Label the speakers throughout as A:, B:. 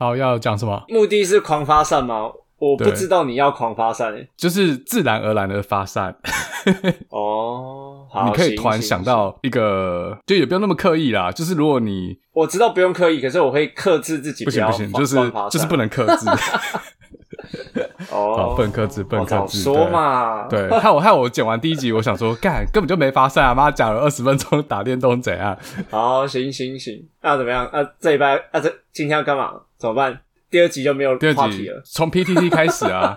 A: 好，要讲什么？
B: 目的是狂发散吗？我不
A: 对
B: 知道你要狂发散欸
A: 就是自然而然的发散，
B: 哦。好，
A: 你可以
B: 行
A: 突然
B: 行
A: 想
B: 行
A: 到一个，就也不用那么刻意啦。就是如果你
B: 我知道不用刻意，可是我会克制自己
A: 不行
B: 要
A: 不
B: 不
A: 行，就是就是不
B: 能
A: 能 克制，
B: 哦
A: 好，，不能克制，不能
B: 我早
A: 克制。
B: 说
A: 对
B: 嘛，
A: 对，害我害我剪完第一集，我想说，干根本就没发散啊！妈讲了二十分钟打电动怎样？
B: 好，行行行，那怎么样？啊，这一拜啊，这今天要干嘛？怎么办？第二集就没有
A: 第二
B: 话题
A: 集
B: 了。
A: 从 PTT 开始啊，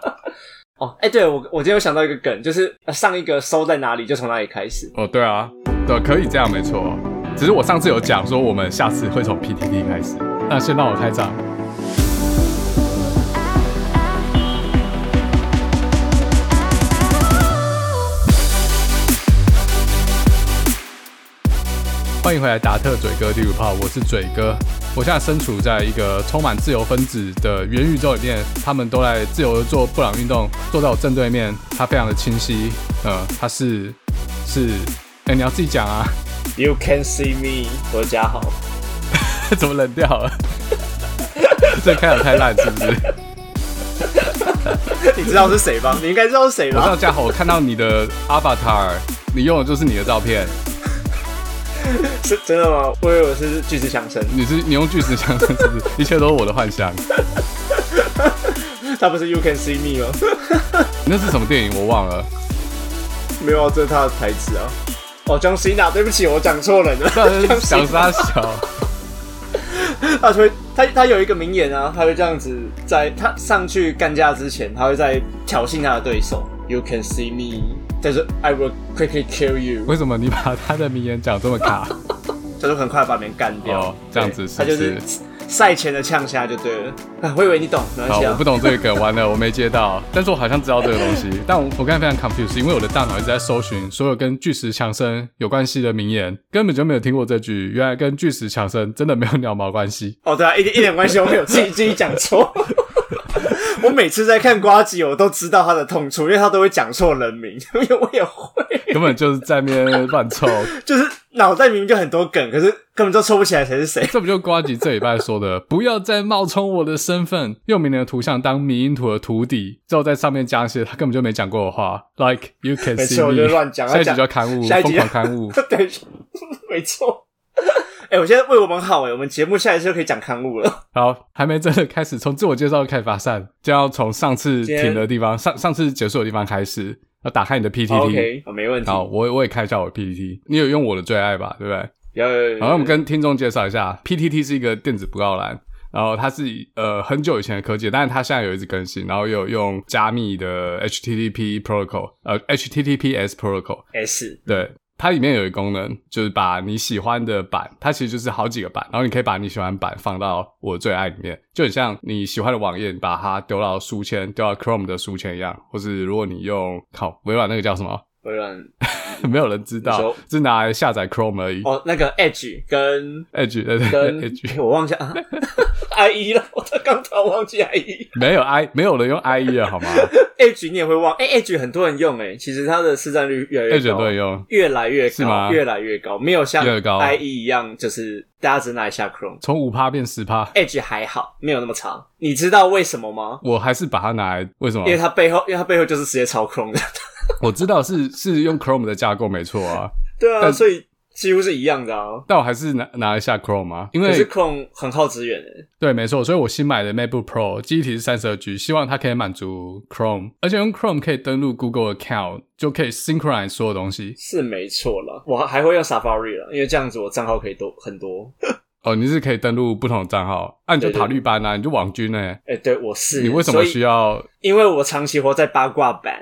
B: 哦，哎、对我我今天有想到一个梗，就是呃上一个收在哪里就从哪里开始。
A: 哦对啊，对，可以这样没错。只是我上次有讲说，我们下次会从 PTT 开始。那先让我开场。欢迎回来，达特嘴哥第五炮，我是嘴哥。我现在身处在一个充满自由分子的元宇宙里面，他们都在自由的做布朗运动，坐在我正对面，他非常的清晰。呃，他是是，哎、你要自己讲啊，
B: You can see me，我是嘉豪。
A: 怎么冷掉了？ 这开场太烂是不是？
B: 你知道是谁吧？你应该知道是谁
A: 我知
B: 吧
A: 道？家伙，我看到你的 avatar，你用的就是你的照片，
B: 是真的吗？我以为我是巨石强森，
A: 你是你用巨石强森，是不是？一切都是我的幻想。
B: 他不是 You can see me 吗？
A: 那是什么电影？我忘了。
B: 没有啊，这是他的台词啊。哦，John Cena，对不起，我讲错 人了。
A: 到底
B: John
A: 是想
B: Cena
A: 杀小？
B: 他会他他有一个名言啊，他会这样子在，他上去干架之前，他会在挑衅他的对手。You can see me，但是 I will quickly kill you，
A: 为什么你把他的名言讲这么 卡？
B: 就是很快把别人干掉。
A: 哦这样子
B: 对
A: 是
B: 他
A: 不
B: 就是是赛前的呛虾就对了。啊，我以为你懂，没关
A: 好，
B: 系
A: 我
B: 啊
A: 不。懂这个梗，完了，我没接到。但是我好像知道这个 东西，但我我刚才非常 confused，因为我的大脑一直在搜寻所有跟巨石强森有关系的名言，根本就没有听过这句。原来跟巨石强森真的没有鸟毛关系。
B: 哦，对啊，一点一点关系都没有，自己自己讲错。我每次在看瓜吉，我都知道他的痛处，因为他都会讲错人名，因为我也会，
A: 根本就是在那边乱 凑，
B: 就是脑袋明明就很多梗，可是根本就抽不起来谁是谁。
A: 这不就瓜吉这礼拜说的，不要再冒充我的身份，用名人的图像当迷因图的图底，之后在上面加一些他根本就没讲过的话，like you can
B: 没
A: see
B: 错
A: me，
B: 我就乱讲
A: 下一集
B: 他讲
A: 就要刊物，
B: 下一集，
A: 疯狂刊物
B: 对，没错。哎、我现在为我们好哎、我们节目下一次就可以讲刊物了。
A: 好，还没真的开始，从自我介绍开始发散，就要从上次
B: 今天
A: 停的地方，上上次结束的地方开始，要打开你的 PPT。
B: 哦 OK，、没问题。
A: 好，我我也开一下我的 PPT，你有用我的最爱吧，对不对？
B: 有，有有有
A: 好，那我们跟听众介绍一下，PTT 是一个电子布告栏，然后它是以呃很久以前的科技，但是它现在有一直更新，然后有用加密的 HTTP protocol，呃 HTTPS protocol，
B: S
A: 对。它里面有一个功能，就是把你喜欢的版，它其实就是好几个版，然后你可以把你喜欢版放到我最爱里面，就很像你喜欢的网页，你把它丢到书签，丢到 Chrome 的书签一样，或是如果你用靠微软那个叫什么，
B: 微软
A: 没有人知
B: 你
A: 道
B: 说，
A: 是拿来下载 Chrome 而已。
B: 哦，那个 Edge 跟
A: Edge 对对
B: 跟、
A: 对 Edge
B: 哎我忘记啊 IE 了，我刚突然忘记 IE。
A: 没有 I 没有人用 IE 了好 吗
B: Edge 你也会忘？哎、e d g e 很多人用哎、其实它的市占率越来越
A: ？Edge
B: 高，
A: 很多人用，
B: 越来越
A: 是
B: 高，
A: 吗
B: 越来越高，没有像
A: 越来越高
B: IE 一样，就是大家只拿来下 Chrome。
A: 从五趴变十趴，
B: Edge 还好，没有那么长。你知道为什么吗？
A: 我还是把它拿来 为什么
B: 因？为它背后，因为它背后就是直接操控的。
A: 我知道是是用 Chrome 的架构没错啊，
B: 对啊，
A: 但
B: 所以几乎是一样的啊。
A: 但我还是拿拿来下 Chrome 啊，因
B: 可是
A: 为
B: Chrome 很耗资源哎诶，
A: 对没错，所以我新买的 MacBook Pro 记忆体是三十二 G，希望它可以满足 Chrome，而且用 Chrome 可以登录 Google account，就可以 synchronize 所有东西。
B: 是没错了。我还会用 Safari 了，因为这样子我账号可以多很多。
A: 哦，你是可以登录不同的账号，啊，你就
B: 对对
A: 塔绿班啊，你就网军哎、
B: 哎、对，我是。
A: 你为什么
B: 所以
A: 需？要？
B: 因为我长期活在八卦版，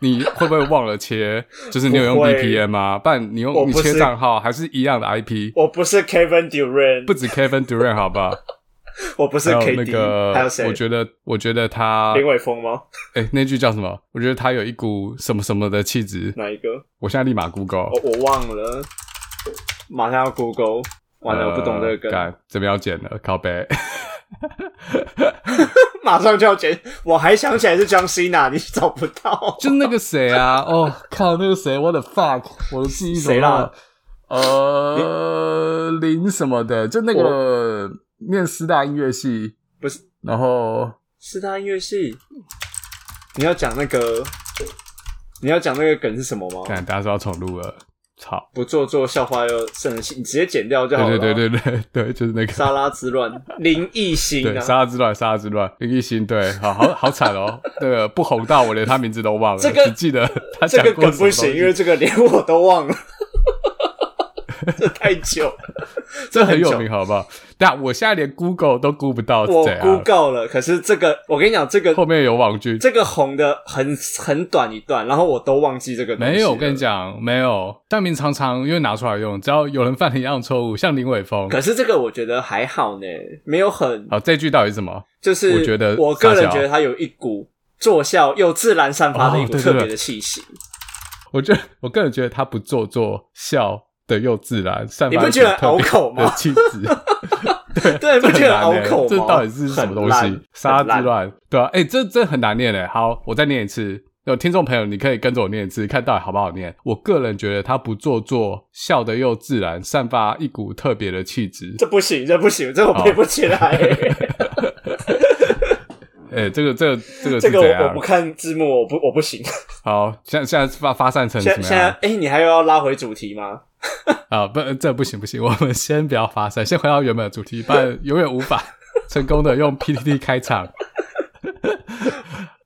A: 你会不会忘了切？就是你有用
B: 不会
A: VPN 吗？不然你
B: 我
A: 用
B: 不
A: 你
B: 是
A: 切账号还是一样的 IP？
B: 我不是 Kevin Durant，
A: 不止 Kevin Durant 好不好？
B: 我不
A: 还
B: 是
A: 有
B: KD，
A: 那个
B: 还有谁？
A: 我觉得，我觉得他，
B: 林伟峰吗？
A: 哎、那句叫什么？我觉得他有一股什么什么的气质。
B: 哪一个？哦
A: 我现在立马 Google，
B: 我我忘了，马上要 Google。完了，我不懂这个梗，
A: 呃干这边要剪了，靠背。
B: 马上就要剪。我还想起来是 John Cena，你 找不到。
A: 就那个谁啊，哦，靠，那个谁，What the fuck，我的记忆怎么
B: 谁啦
A: 呃，林什么的，就那个念师大音乐系，
B: 不是哦
A: 然后
B: 师大音乐系。你要讲那个，你要讲那个梗是什么吗？
A: 看大家说要重录了，操！
B: 不做作笑话又胜人心，你直接剪掉就好了。
A: 对对对对对对，就是那个
B: 沙拉之 乱，林异形
A: 对，
B: 啊，
A: 沙拉之乱，沙拉之乱，林一心，对，好好好惨哦， 那个不红到我连他名字都忘了，
B: 这个
A: 只记得他
B: 这
A: 讲
B: 个
A: 过
B: 梗
A: 什么
B: 不
A: 东西
B: 行，因为这个连我都忘了， 这太久了，
A: 这很
B: 久
A: 有名，好啊不好？但我现在连 Google 都估不到是
B: 我
A: 怎哦样
B: Google 了，可是这个我跟你讲，这个
A: 后面有网军，
B: 这个红的很很短一段，然后我都忘记这个东西了
A: 没有，我跟你讲，没有。但名常常因为拿出来用，只要有人犯了一样错误，像林伟峰。
B: 可是这个我觉得还好呢，没有很，
A: 好，这句到底是什么？
B: 就是
A: 我觉得
B: 我
A: 傻
B: 个人
A: 笑
B: 觉得它有一股坐校又自然散发的一
A: 哦
B: 股
A: 对对
B: 特别
A: 对
B: 的气息。
A: 我觉得我个人觉得他不做作，笑的又自然，散发
B: 你不
A: 一
B: 觉
A: 种
B: 得
A: 特别
B: 拗口吗
A: 的气 质。对，这
B: 对不觉得
A: 很难
B: 拗口
A: 欸
B: 吗
A: 这到底是什么东
B: 很
A: 西
B: 烂？
A: 沙
B: 很烂
A: 之乱，对啊，哎、这这很难念嘞。好，我再念一次。有听众朋友，你可以跟着我念一次，看到底好不好念。我个人觉得他不做作，笑的又自然，散发一股特别的气质。
B: 这不行，这不行，这我
A: 哦
B: 背不起来。
A: 哎、这个这个 这个
B: 这
A: 是
B: 个
A: 怎
B: 我我
A: 样
B: 不？看字幕，我不我不行。
A: 好，现在现在发发散成
B: 现
A: 什
B: 在
A: 么
B: 现在
A: 样，
B: 哎，你还要拉回主题吗？
A: 啊？不，这不行不行，我们先不要发散，先回到原本的主题，不然永远无 法成功的用 PPT 开场。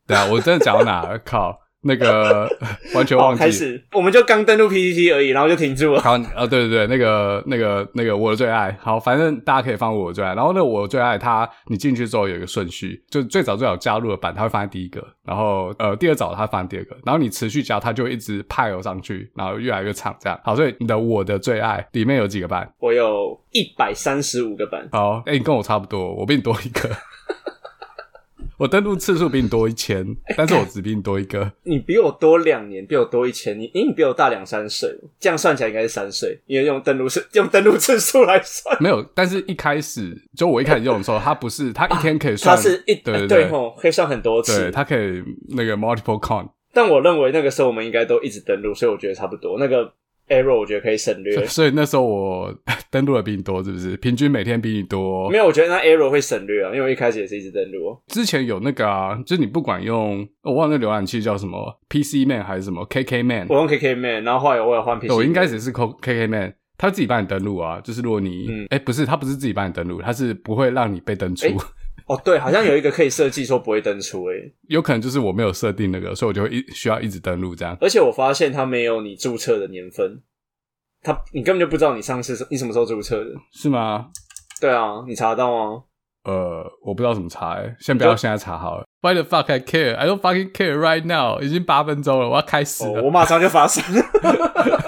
A: 对啊，我真的讲到哪了？靠，那个完全
B: 好，
A: 忘
B: 开
A: 记。
B: 始，我们就刚登录 PPT 而已，然后就停住了。
A: 好，呃，对对对，那个那个那个我的最爱，好，反正大家可以放我的最爱。然后呢，我的最爱它，你进去之后有一个顺序，就最早最早加入的版，它会放在第一个，然后呃第二早它放在第二个，然后你持续加，它就会一直 pile 上去，然后越来越长这样。好，所以你的我的最爱里面有几个版？
B: 我有一百三十五个版，
A: 好，哎，你跟我差不多，我比你多一个。 我登录次数比你多一千，但是我只比你多一个。
B: 你比我多两年，比我多一千，你因为你比我大两三岁，这样算起来应该是三岁，因为用登录次用登录次数来算，
A: 没有，但是一开始就我一开始用的时候，它不是，它一天可以算，
B: 它是一
A: 对对
B: 对吼，可以算很多
A: 对，
B: 次。
A: 它可以那个 multiple count，
B: 但我认为那个时候我们应该都一直登录，所以我觉得差不多。那个 error 我觉得可以省
A: 所以
B: 略，
A: 所以那时候我 登录的比你多，是不是？平均每天比你多
B: 没。有，我觉得那 error 会省略啊，因为我一开始也是一直登录哦。
A: 之前有那个啊，就是你不管用，我忘了那浏览器叫什么，PC Man 还是什么 KK Man，
B: 我用 KK Man，然后后来我也换 PC，
A: 对我应该只是 KK Man，他自己帮你登录啊。就是如果你，哎、
B: 嗯
A: 不是，他不是自己帮你登录，他是不会让你被登出。
B: 诶哦，对，好像有一个可以设计说不会登出欸诶、
A: 有可能就是我没有设定那个，所以我就会一需要一直登录这样。
B: 而且我发现它没有你注册的年份，它你根本就不知道你上次是你什么时候注册的。
A: 是吗？
B: 对啊，你查得到吗？
A: 呃，我不知道怎么查、欸，先不要
B: 就
A: 现在查好了。Why the fuck I care? I don't fucking care right now。已经八分钟了，我要开始
B: 哦
A: 了。，
B: 我马上就发生。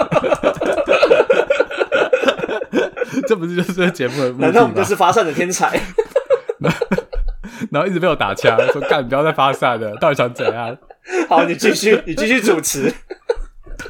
A: 这不是就是这节目的目的吗？
B: 难道我们就是发散的天才？
A: 然后一直被我打枪，说干，不要再发散了，到底想怎样？
B: 好，你继续，你继续主持。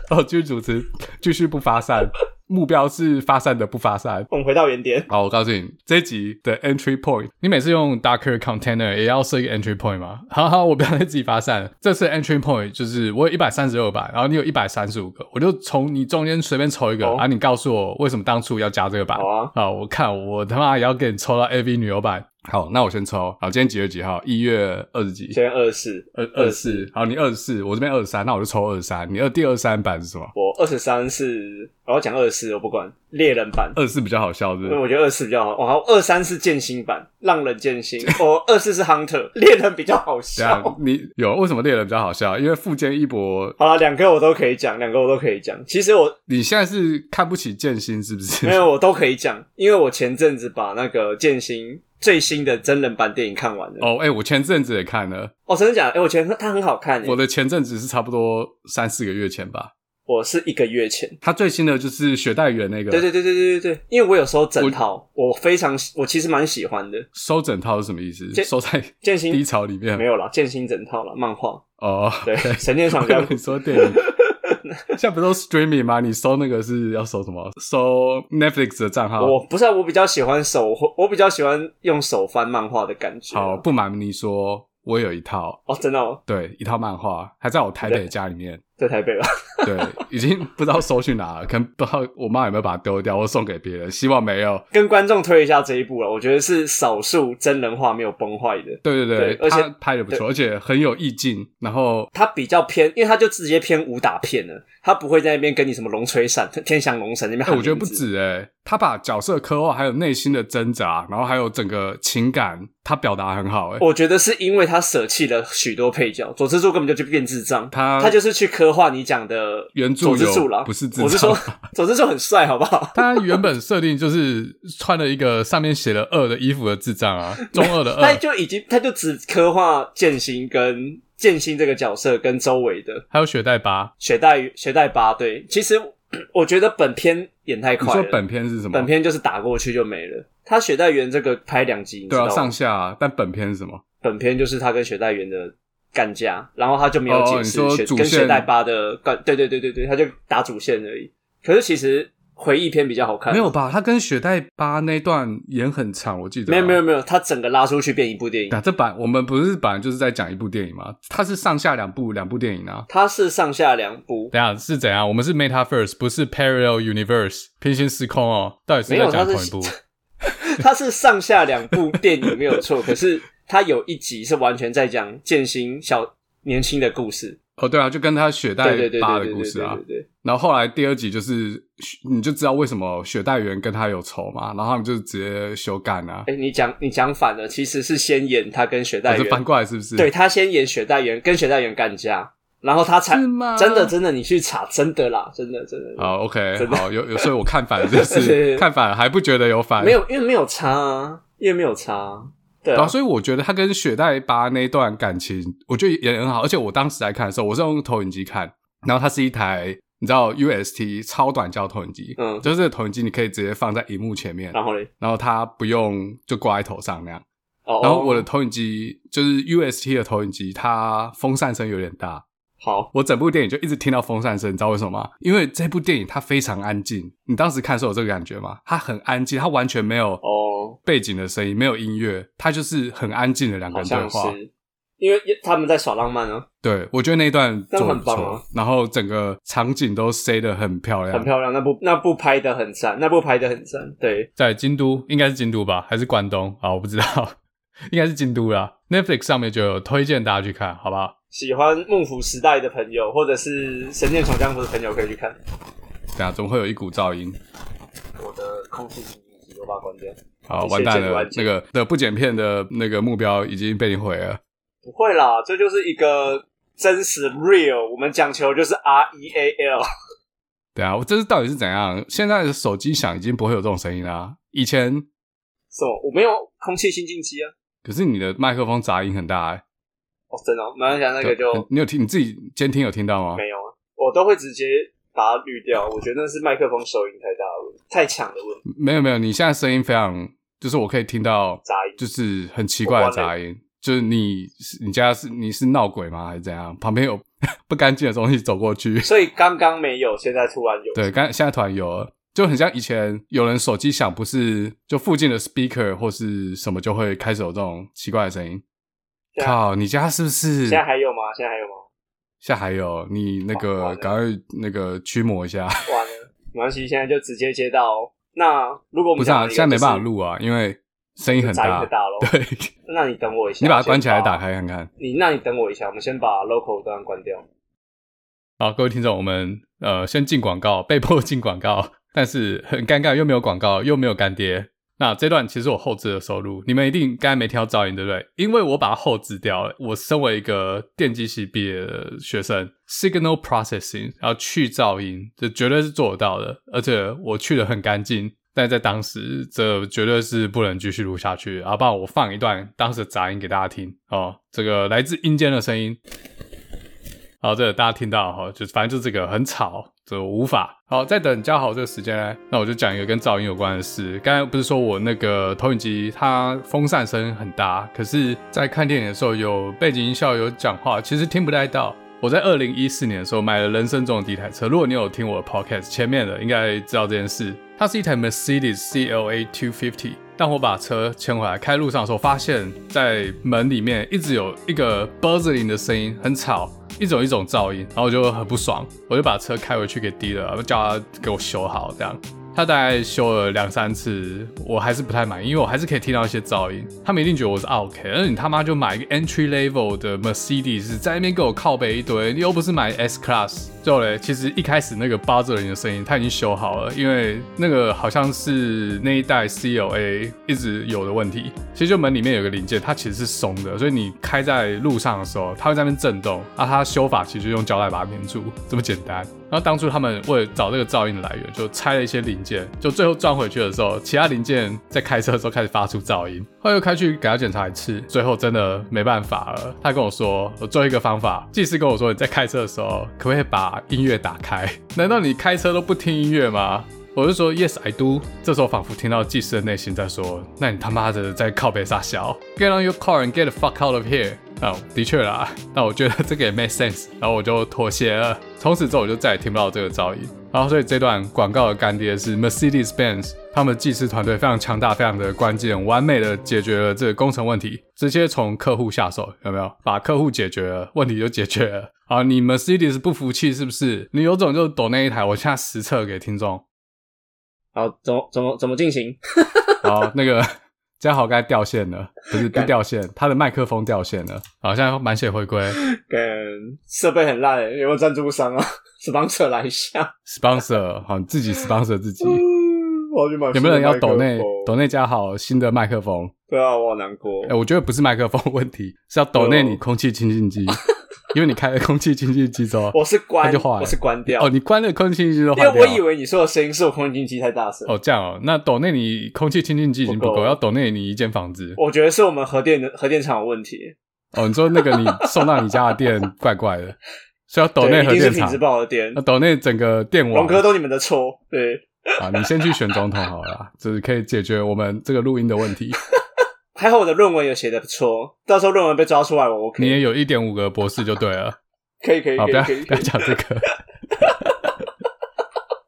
A: 然后继续主持，继续不发散，目标是发散的不发散。
B: 我们回到原点。
A: 好，我告诉你，这一集的 entry point，你每次用 Docker container 也要设一个 entry point 吗？好好，我不要再自己发散了。这次 entry point 就是我有一百三十六版，然后你有一百三十五个，我就从你中间随便抽一个，
B: 哦
A: 然后你告诉我为什么当初要加这个版。
B: 好啊，
A: 好，我看我他妈也要给你抽到 AV 女优版。好，那我先抽。好，今天几月几号？一月二十几。
B: 现在二十四，
A: 二二四，好，你二十四，我这边二十三，那我就抽二十三。你二第二三版是什么？
B: 我二十三是，我要讲二十四，我不管猎人版。
A: 二十四比较好笑，是不
B: 因为
A: 是？
B: 我觉得二四比较好，哦，好，二三是剑心版，浪人剑心，哦，二四是 hunter，猎人比较好
A: 对啊
B: 笑。，
A: 你有为什么猎人比较好笑？因为富坚义博，
B: 好了，两个我都可以讲，两个我都可以讲。其实我
A: 你现在是看不起剑心是不是
B: 没？有，我都可以讲，因为我前阵子把那个《剑心》最新的真人版电影看完了。哦，
A: 哦，哎、我前阵子也看了，
B: 真的假的？哎、我觉得它很好看耶。
A: 我
B: 我
A: 的前阵子是差不多三四个月前吧。
B: 我是一个月前，
A: 他最新的就是雪代缘那个，
B: 对对对对对对对，因为我有收整套，我非常喜我其实蛮喜欢的《
A: 收整套是什么意思？
B: 剑
A: 收在
B: 剑心
A: 低》潮里面
B: 没有啦，《剑心》整套啦，漫画
A: 哦。
B: 对
A: OK
B: 神剑闯
A: 我以
B: 江
A: 为
B: 湖
A: 你 说电影，现在不都 streaming 吗？你收那个是要收什么？收 Netflix 的账号？
B: 我不是、啊、我比较喜欢手，我比较喜欢用手翻漫画的感觉。
A: 好，不瞒你说，我有一套，
B: 哦，真的、哦，
A: 对，一套漫画，还在我台北的家里面。
B: 在台北吧？
A: 对，已经不知道收去哪了，可能不知道我妈有没有把它丢掉，或送给别人，希望没有。
B: 跟观众推一下这一部了，我觉得是少数真人化没有崩坏的。
A: 对对
B: 对而且
A: 他拍的不错，而且很有意境。然 后
B: 它比较偏，因为它就直接偏武打片了，它不会在那边跟你什么龙吹散、天降龙神那边
A: 哎、
B: 喊名字、
A: 我觉得不止哎、他把角色刻画，还有内心的挣扎，然后还有整个情感，他表达得很好哎、
B: 我觉得是因为他舍弃了许多配角，佐之助根本就去变智障，
A: 他
B: 他就是去刻画你讲的
A: 原著
B: 佐之
A: 有
B: 助啦，
A: 不是智障
B: 我 是说佐之助很帅，好不好？
A: 他原本设定就是穿了一个上面写了二的衣服的智障 啊，中二的
B: 他
A: 二，
B: 就已经他就只刻画剑心跟剑心这个角色跟周围的
A: 还有雪代八。
B: 雪带雪带八对，其实我觉得本片演太
A: 你
B: 快
A: 说
B: 了，
A: 本片是什么？
B: 本片就是打过去就没了。他雪带原这个拍两集，你知
A: 对
B: 道
A: 啊，
B: 吗？
A: 上下、啊，但本片是什么？
B: 本片就是他跟雪代原的干架，然后他就没有
A: 哦
B: 解
A: 你
B: 释
A: 说
B: 雪、
A: 主
B: 跟雪
A: 线
B: 代八的干，对对对对对，他就打主线而已。可是其实回忆片比较好看，
A: 没有？吧？他跟雪代八那段演很长，我记得、啊
B: 没有没有。没有，他整个拉出去变一部电影，
A: 那这版我们不是版就是在讲一部电影吗？它是上下两部两部电影啊。
B: 他是上下两部，
A: 等一下是怎样？我们是 MetaVerse，不是 Parallel Universe 平行时空哦。到底是
B: 没
A: 在
B: 有
A: 讲
B: 他
A: 同
B: 是
A: 一部？
B: 他是上下两部电影没有错，可是他有一集是完全在讲剑心小年轻的故事，
A: 哦，对啊，就跟他雪代
B: 对对对
A: 八
B: 对
A: 的
B: 对
A: 故
B: 对
A: 事啊
B: 对。对，
A: 然后后来第二集就是，你就知道为什么雪代原跟他有仇嘛，然后他们就直接修改啊，
B: 哎，你讲你讲反了，其实是先演他跟雪代
A: 哦我是
B: 原
A: 翻过来是不是？
B: 对，他先演雪代原，跟雪代原干架，然后他才
A: 是吗
B: 真的真的，你去查，真的啦，真的真的。
A: 好，OK，
B: 真的
A: 好，有有，所以我看反了， 就
B: 对对
A: 是
B: 对
A: 看反了，还不觉得有反，
B: 没有，因为没有差啊，因为没有差啊，对
A: 对
B: 啊
A: 啊，，所以我觉得他跟雪代巴那段感情，我觉得也很好。而且我当时在看的时候，我是用投影机看，然后它是一台你知道 UST 超短焦投影机，
B: 嗯
A: 就是这个投影机你可以直接放在荧幕前面，
B: 然后嘞，
A: 然后它不用就挂在头上那样。
B: 哦，
A: 然后我
B: 哦
A: 的投影机就是 UST 的投影机，它风扇声有点大，
B: 好，
A: 我整部电影就一直听到风扇声，你知道为什么吗？因为这部电影它非常安静，你当时看的时候有这个感觉吗？它很安静，它完全没有
B: 哦，
A: 背景的声音，没有音乐，它就是很安静的两个
B: 好
A: 人对
B: 像
A: 话。
B: 是，因为他们在耍浪漫啊，
A: 对，我觉得那一段做
B: 这样
A: 得
B: 很
A: 不错，
B: 棒啊
A: 然后整个场景都塞得很漂亮，
B: 很漂亮，那部那部拍的很赞，那部拍的很赞，对，
A: 在京都，应该是京都吧，还是关东啊？我不知道， 应该是京都啦。Netflix 上面就有推荐大家去看，好不好？
B: 喜欢幕府时代的朋友，或者是《神剑闯江湖》的朋友可以去看。
A: 等下总会有一股噪音，
B: 我的空气清新机都把它关掉，
A: 好
B: 谢谢
A: 完蛋了
B: 完，结
A: 那个的不剪片的那个目标已经被你毁了。
B: 不会啦，这就是一个真实 real，我们讲求就是 R E A L。
A: 对啊，我这是到底是怎样？现在的手机响已经不会有这种声音啦。以前
B: 什么？我没有空气清净机啊！
A: 可是你的麦克风杂音很大、欸，
B: 哦，真的哦、马上想那个就
A: 你你有听你自己监听有听到吗？
B: 没有啊，我都会直接把它滤掉。我觉得那是麦克风收音太大了，太强的问题，
A: 没有没有，你现在声音非常，就是我可以听到
B: 杂音。
A: 就是很奇怪的杂音，就是你你家是你是闹鬼吗，还是怎样？旁边有 不干净的东西走过去，
B: 所以刚刚没有，现在突然有。
A: 对，刚现在突然有了，就很像以前有人手机响，不是就附近的 speaker 或是什么就会开始有这种奇怪的声音。
B: 对啊
A: 靠，你家是不是？
B: 现在还有吗？现在还有吗？
A: 现在还有你那
B: 完
A: 个
B: 完了
A: 赶快那个驱魔一 下，
B: 完了，没关系，现在就直接接到。哦那如果我
A: 不
B: 们
A: 是啊，
B: 讲
A: 现在没办法，录啊，因为声音很
B: 杂音
A: 大
B: 太。大咯。
A: 对，
B: 那你等我一下，
A: 你把它
B: 我先
A: 关起来打。开看看。
B: 你那你等我一下，我们先把 local 端关掉。
A: 好，各位听众，我们呃先进广告，被迫进广告，但是很尴尬，又没有广告，又没有干爹。那这段其实我后置的收入，你们一定刚才没听到噪音，对不对？因为我把它后置掉了。我身为一个电机系毕业的学生，signal processing 要去噪音，这绝对是做得到的，而且我去的很干净。但在当时，这绝对是不能继续录下去。啊，不然我放一段当时的杂音给大家听哦，这个来自阴间的声音。好，这个大家听到哈，就反正就这个很吵，这我无法。好，在等嘉豪这个时间呢，那我就讲一个跟噪音有关的事。刚才不是说我那个投影机它风扇声很大，可是在看电影的时候有背景音效有讲话，其实听不太到。我在二零一四年的时候买了人生中的第一台车，如果你有听我的 podcast 前面的，应该知道这件事。它是一台 Mercedes CLA 250。当我把车牵回来开路上的时候，发现在门里面一直有一个 buzzing 的声音，很吵。一种一种噪音，然后我就很不爽，我就把车开回去给 D 了，我叫他给我修好这样。他大概修了两三次，我还是不太满意，因为我还是可以听到一些噪音。他们一定觉得我是 OK，而你他妈就买一个 entry level 的 Mercedes，在那边给我靠背一堆，你又不是买 S Class。最后嘞，其实一开始那个八字铃的声音他已经修好了，因为那个好像是那一代 CLA 一直有的问题。其实就门里面有个零件，它其实是松的，所以你开在路上的时候，它会在那边震动。啊，它修法其实就用胶带把它粘住，这么简单。然后当初他们为了找这个噪音的来源，就拆了一些零件，就最后装回去的时候，其他零件在开车的时候开始发出噪音。后来又开去给他检查一次，最后真的没办法了。他跟我说，我最后一个方法，技师跟我说，你在开车的时候可不可以把音乐打开？难道你开车都不听音乐吗？我就说 Yes I do。这时候仿佛听到技师的内心在说：“那你他妈的在靠北撒小，Get on your car and get the fuck out of here。”啊，的确啦，那我觉得这个也 make sense，然后我就妥协了。从此之后我就再也听不到这个噪音。然后所以这段广告的干爹是 Mercedes-Benz，他们的技师团队非常强大，非常的关键，完美的解决了这个工程问题，直接从客户下手，有没有？把客户解决了，问题就解决了。好，你 Mercedes 不服气是不是？你有种就抖那一台，我现在实测给听众。
B: 好，怎么怎么怎么进行？
A: 好，那个嘉豪刚才掉线了，不是不是掉线，他的麦克风掉线了。好，现在满血回归
B: 跟设备很烂欸，有没有赞助商啊 ？sponsor 来一下。
A: ，sponsor，好，你自己 sponsor 自己。
B: 嗯我要去买
A: 有没有人要抖内
B: 新的麦克风
A: 抖内嘉豪新的麦克风？
B: 对啊，我好难过
A: 哎、。我觉得不是麦克风问题，是要抖
B: 嗯
A: 内你空气清净 机，因为你开了空气清净机之后，
B: 我是关
A: 那就坏了
B: 我是关掉
A: 哦，，你关了空气清净机都
B: 因
A: 坏
B: 为
A: 掉
B: 我以为你说的声音是我空气机太大声。
A: 哦，这样哦，那抖内你空气清净机已经不
B: 不
A: 够，
B: 够
A: 要抖内你一间房子。
B: 我觉得是我们核电的核电厂有问题，
A: 哦，你说那个你送到你家的电怪怪的，所以要抖
B: 对
A: 内
B: 一
A: 核
B: 定是
A: 电
B: 品
A: 厂呃
B: 质，不好的电
A: 那，抖内整个电网
B: 龙。哥都你们的错。对，
A: 啊，你先去选总统好了啦，就是可以解决我们这个录音的问题。
B: 还好我的论文有写的不错，到时候论文被抓出来我
A: 你
B: OK。
A: 也有一点五个博士就对了。
B: 可以可以
A: 好，
B: 可
A: 不
B: 以
A: 要
B: 可以
A: 不
B: 可
A: 要
B: 以。
A: 讲这个。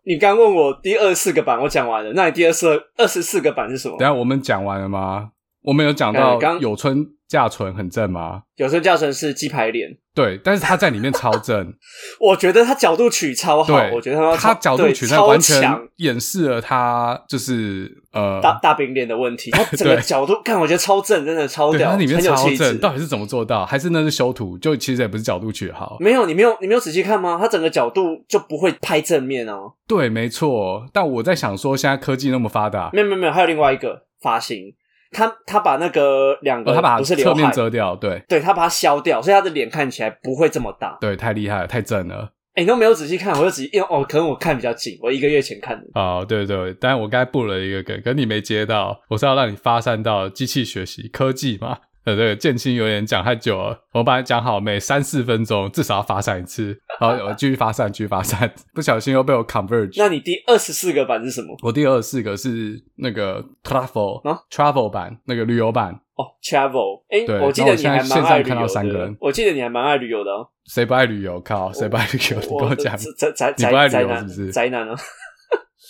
B: 你刚问我第二十四个版我讲完了，那你第二四二十四个版是什么
A: 等一？下我们讲完了吗？我们有讲
B: 呃
A: 到
B: 刚
A: 有村架纯很正吗？
B: 有时候叫成是鸡排脸，
A: 对，但是他在里面超 正，
B: 我觉得他角度取超好，
A: 对，
B: 我觉得
A: 他
B: 他超
A: 角度
B: 对
A: 取材
B: 超
A: 完全
B: 强。
A: 掩饰了他就是呃，哦
B: 大大饼脸的问题，他整个
A: 对
B: 角度，看我觉得超正，真的超
A: 对，
B: 屌，
A: 他里面
B: 很有
A: 超
B: 气质
A: 正，。到底是怎么做到？还是那是修图？就其实也不是角度取好，
B: 没有，你没有，你没有仔细看吗？他整个角度就不会拍正面哦。
A: 对，没错。但我在想说，现在科技那么发达，
B: 没有，没有，没有，还有另外一个发型，他他把那个两个、
A: 呃，他把
B: 不是刘
A: 侧
B: 海
A: 面，遮掉，对，
B: 对他把它削掉，所以他的脸看起来不会这么大。
A: 对，太厉害了，太正了。
B: 哎，你都没有仔细看，我就仔细，因为哦，可能我看比较紧，我一个月前看的。
A: 哦，对对，当然我刚才布了一个梗，可你没接到，我是要让你发散到机器学习科技嘛。呃，对，建青有点讲太久了，我本来讲好每三四分钟至少要发散一次，好，我继续发散，继续发散，不小心又被我 converge。
B: 那你第二十四个版是什么？
A: 我第二十四个是那个 travel、
B: 啊
A: travel 版，那个旅游版，
B: 哦，travel，哎、
A: 对
B: 我记
A: 那
B: 得
A: 我
B: 你
A: 现在
B: 还
A: 线
B: 蛮
A: 上
B: 爱旅
A: 看到
B: 游
A: 三个
B: 的
A: 人，
B: 我记得你还蛮爱旅游 的、哦。
A: 谁不爱旅游？靠，谁不爱旅游？你跟我讲，
B: 宅宅
A: 你不爱
B: 宅宅
A: 旅游
B: 男
A: 是不是
B: 宅男啊！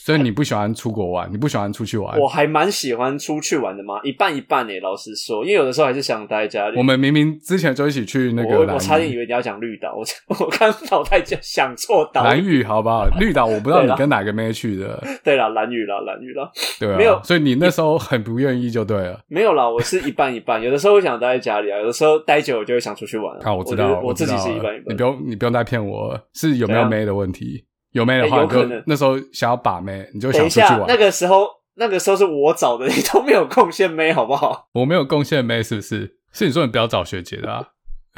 A: 所以你不喜欢出国玩，你不喜欢出去玩。
B: 我还蛮喜欢出去玩的嘛，一半一半诶、老实说，因为有的时候还是想待在家里。
A: 我们明明之前就一起去那个
B: 我
A: 蓝
B: 我差点
A: 屿
B: 以为你要讲绿岛，我 我刚脑袋就想错岛。
A: 蓝屿好不好？绿岛我不知道
B: 对
A: 你
B: 啦
A: 跟哪个妹去的，
B: 对啦，蓝屿啦，蓝屿啦，
A: 对啊，
B: 没有
A: 所以你那时候很不愿意就对了。
B: 没有啦，我是一半一半，有的时候会想待在家里啊，有的时候待久了就会想出去玩啊、
A: 啊，我知
B: 觉
A: 道，
B: 得我自
A: 知
B: 己
A: 道
B: 是
A: 了
B: 一半一
A: 你
B: 半
A: 不。用你不用再骗我了，是有没有
B: 怎样
A: 妹的问题。有妹的
B: 哎
A: 话，
B: 有
A: 你就
B: 可能
A: 那时候想要把妹，你就想
B: 等一
A: 出去
B: 下
A: 玩，。
B: 那个时候那个时候是我找的，你都没有贡献妹好不好？
A: 我没有贡献妹是不是？是你说你不要找学姐的啊？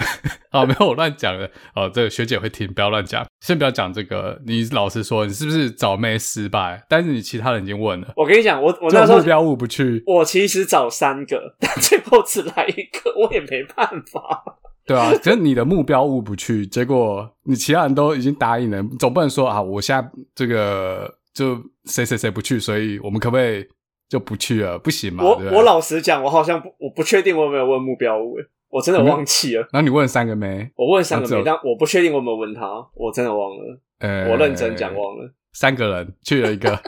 A: 啊，没有，我乱讲的。哦，这个学姐会听，不要乱讲。先不要讲这个，你老实说，你是不是找妹失败？但是你其他人已经问了，
B: 我跟你讲，我我
A: 就
B: 那时候
A: 目标物不去，
B: 我其实找三个， 但最后只来一个，我也没办法。
A: 对啊，只是你的目标物不去，结果你其他人都已经答应了，总不能说啊，我现在这个就谁谁谁不去，所以我们可不可以就不去了？不行嘛，
B: 我
A: 对啊不对
B: 我，老实讲，我好像不我不确定我有没有问目标物，欸我真的忘记了。
A: 然后你问三个没？
B: 我问三
A: 嗯
B: 个
A: 那只有
B: 没，但我不确定我有没有问他，我真的忘了，
A: 呃，
B: 我认真讲，忘了。
A: 三个人去了一个，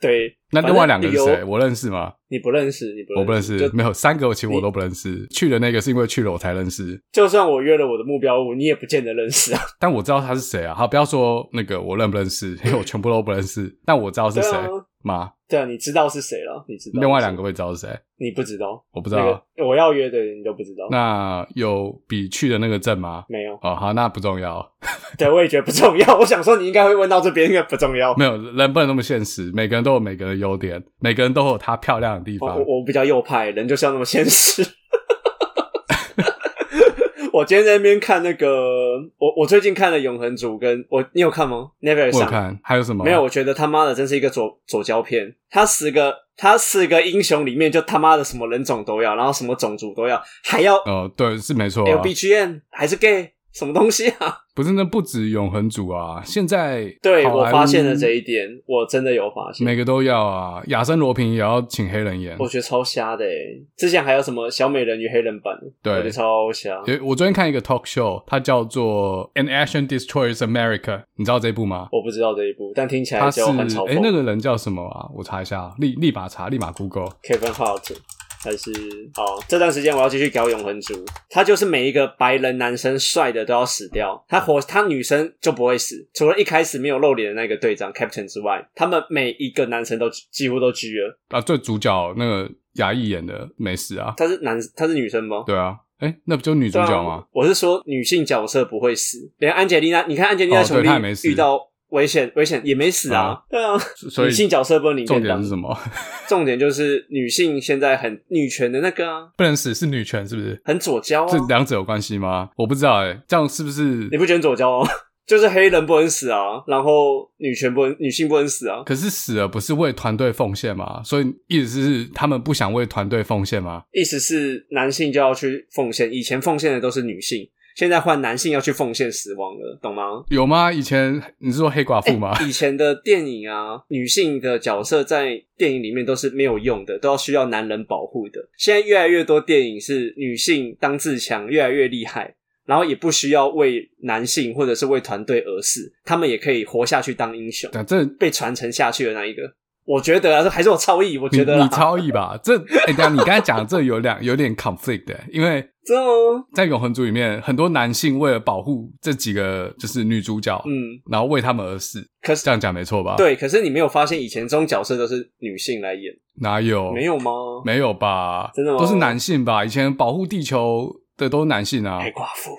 B: 对，
A: 那另外两个
B: 反
A: 是
B: 正理
A: 谁？
B: 由
A: 我认识吗？
B: 你不认识，你不认识
A: 我不认识，嗯
B: 就
A: 没有三个，其实我
B: 你
A: 都不认识。去的那个是因为去了我才认识，
B: 就算我约了我的目标物，你也不见得认识啊。
A: 但我知道他是谁啊。好，不要说那个我认不认识，因为我全部都不认识。但我知道是谁
B: 对啊
A: 吗？
B: 对啊，你知道是谁了？你知道
A: 另外两
B: 个
A: 个我也知道是谁，
B: 你不知道，
A: 我不
B: 不
A: 知道啊。
B: 那个我要约的人你都不知道，
A: 那有比去的那个正吗？
B: 没有。
A: 哦，好，那不重要，
B: 对，我也觉得不重要。我想说你应该会问到这边，应该不重要。
A: 没有人不能那么现实，每个人都有每个人的优点，每个人都有他漂亮的地
B: 我
A: 方。
B: 哦我我比较右派，人就是要那么现实。 我今天在那边看那个，我我最近看了《永恒族》，跟我你有看吗？Never
A: 我有
B: 上
A: 看，还有什么？
B: 没有？我觉得他妈的真是一个左左胶片。他十个他四个英雄里面，就他妈的什么人种都要，然后什么种族都要，还要
A: 哦，对，是没错、
B: 哎
A: 啊。
B: LBGN 还是 gay 什么东西啊？
A: 不是，那不止永恒族啊，现在
B: 对
A: 好啊
B: 我
A: 莱坞
B: 发现了这一点，我真的有发现
A: 每。个都要啊，亚森罗平也要请黑人演。
B: 我觉得超瞎的诶，之前还有什么小美人鱼黑人版，
A: 对
B: 我觉得超瞎。
A: 有我昨天看一个 talk show，它叫做《An Action Destroys America》，你知道这部吗？
B: 我不知道这一部，但听起来
A: 它是
B: 就很嘲
A: 哎、
B: 讽。
A: 那个人叫什么啊？我查一下，立立马查，立马 Google。
B: Kevin Hart 还是好，这段时间我要继续搞永恒族。他就是每一个白人男生帅的都要死掉，他活他女生就不会死，除了一开始没有露脸的那个队长 Captain 之外，他们每一个男生都几乎都狙了。
A: 啊，最主角那个牙医演的没事啊，
B: 他是男他是女生吗？
A: 对啊，哎、那不就女主角
B: 对
A: 吗
B: 啊？？我是说女性角色不会死，连安吉丽娜，你看安吉丽娜
A: 哦
B: 琼
A: 对她也没
B: 丽
A: 死
B: 遇到危险，危险也没死啊
A: 啊。
B: 对啊，
A: 所以
B: 女性角色不能领
A: 重
B: 便
A: 点
B: 当
A: 是。什 么？
B: 重点就是女性现在很女权的那个啊，
A: 不能死是女权是不 是？
B: 很左交啊
A: 这。两者有关系吗？我不知道哎、这样是不是
B: 你？不觉得很左交哦？ 就是黑人不能死啊，然后女权不能，女性不能死啊，
A: 可是死了不是为团队奉献吗？所以意思是他们不想为团队奉献吗？
B: 意思是男性就要去奉献，以前奉献的都是女性，现在换男性要去奉献死亡了，懂吗？哎
A: 有吗？以前你是说黑寡妇吗？
B: 以前的电影啊，女性的角色在电影里面都是没有用的，都要需要男人保护的。现在越来越多电影是女性当自强，越来越厉害，然后也不需要为男性或者是为团队而死，他们也可以活下去当英雄，
A: 对，这
B: 被传承下去的那一个。我觉得啊，这还是我超意，我
A: 你
B: 觉得
A: 你
B: 啦，
A: 超意吧？这哎，等一下你刚才讲的这有两有点 conflict 的、因为
B: 真的哦吗？
A: 在永恒族里面，很多男性为了保护这几个就是女主角，
B: 嗯，
A: 然后为他们而死，
B: 可是
A: 这样讲没错吧？，
B: 对，可是你没有发现以前这种角色都是女性来演，
A: 哪有
B: 没有吗？
A: 哦
B: 啊
A: 没有吧？
B: 真的吗
A: 都是男性吧？以前保护地球的都是男性啊
B: 黑，哎寡妇，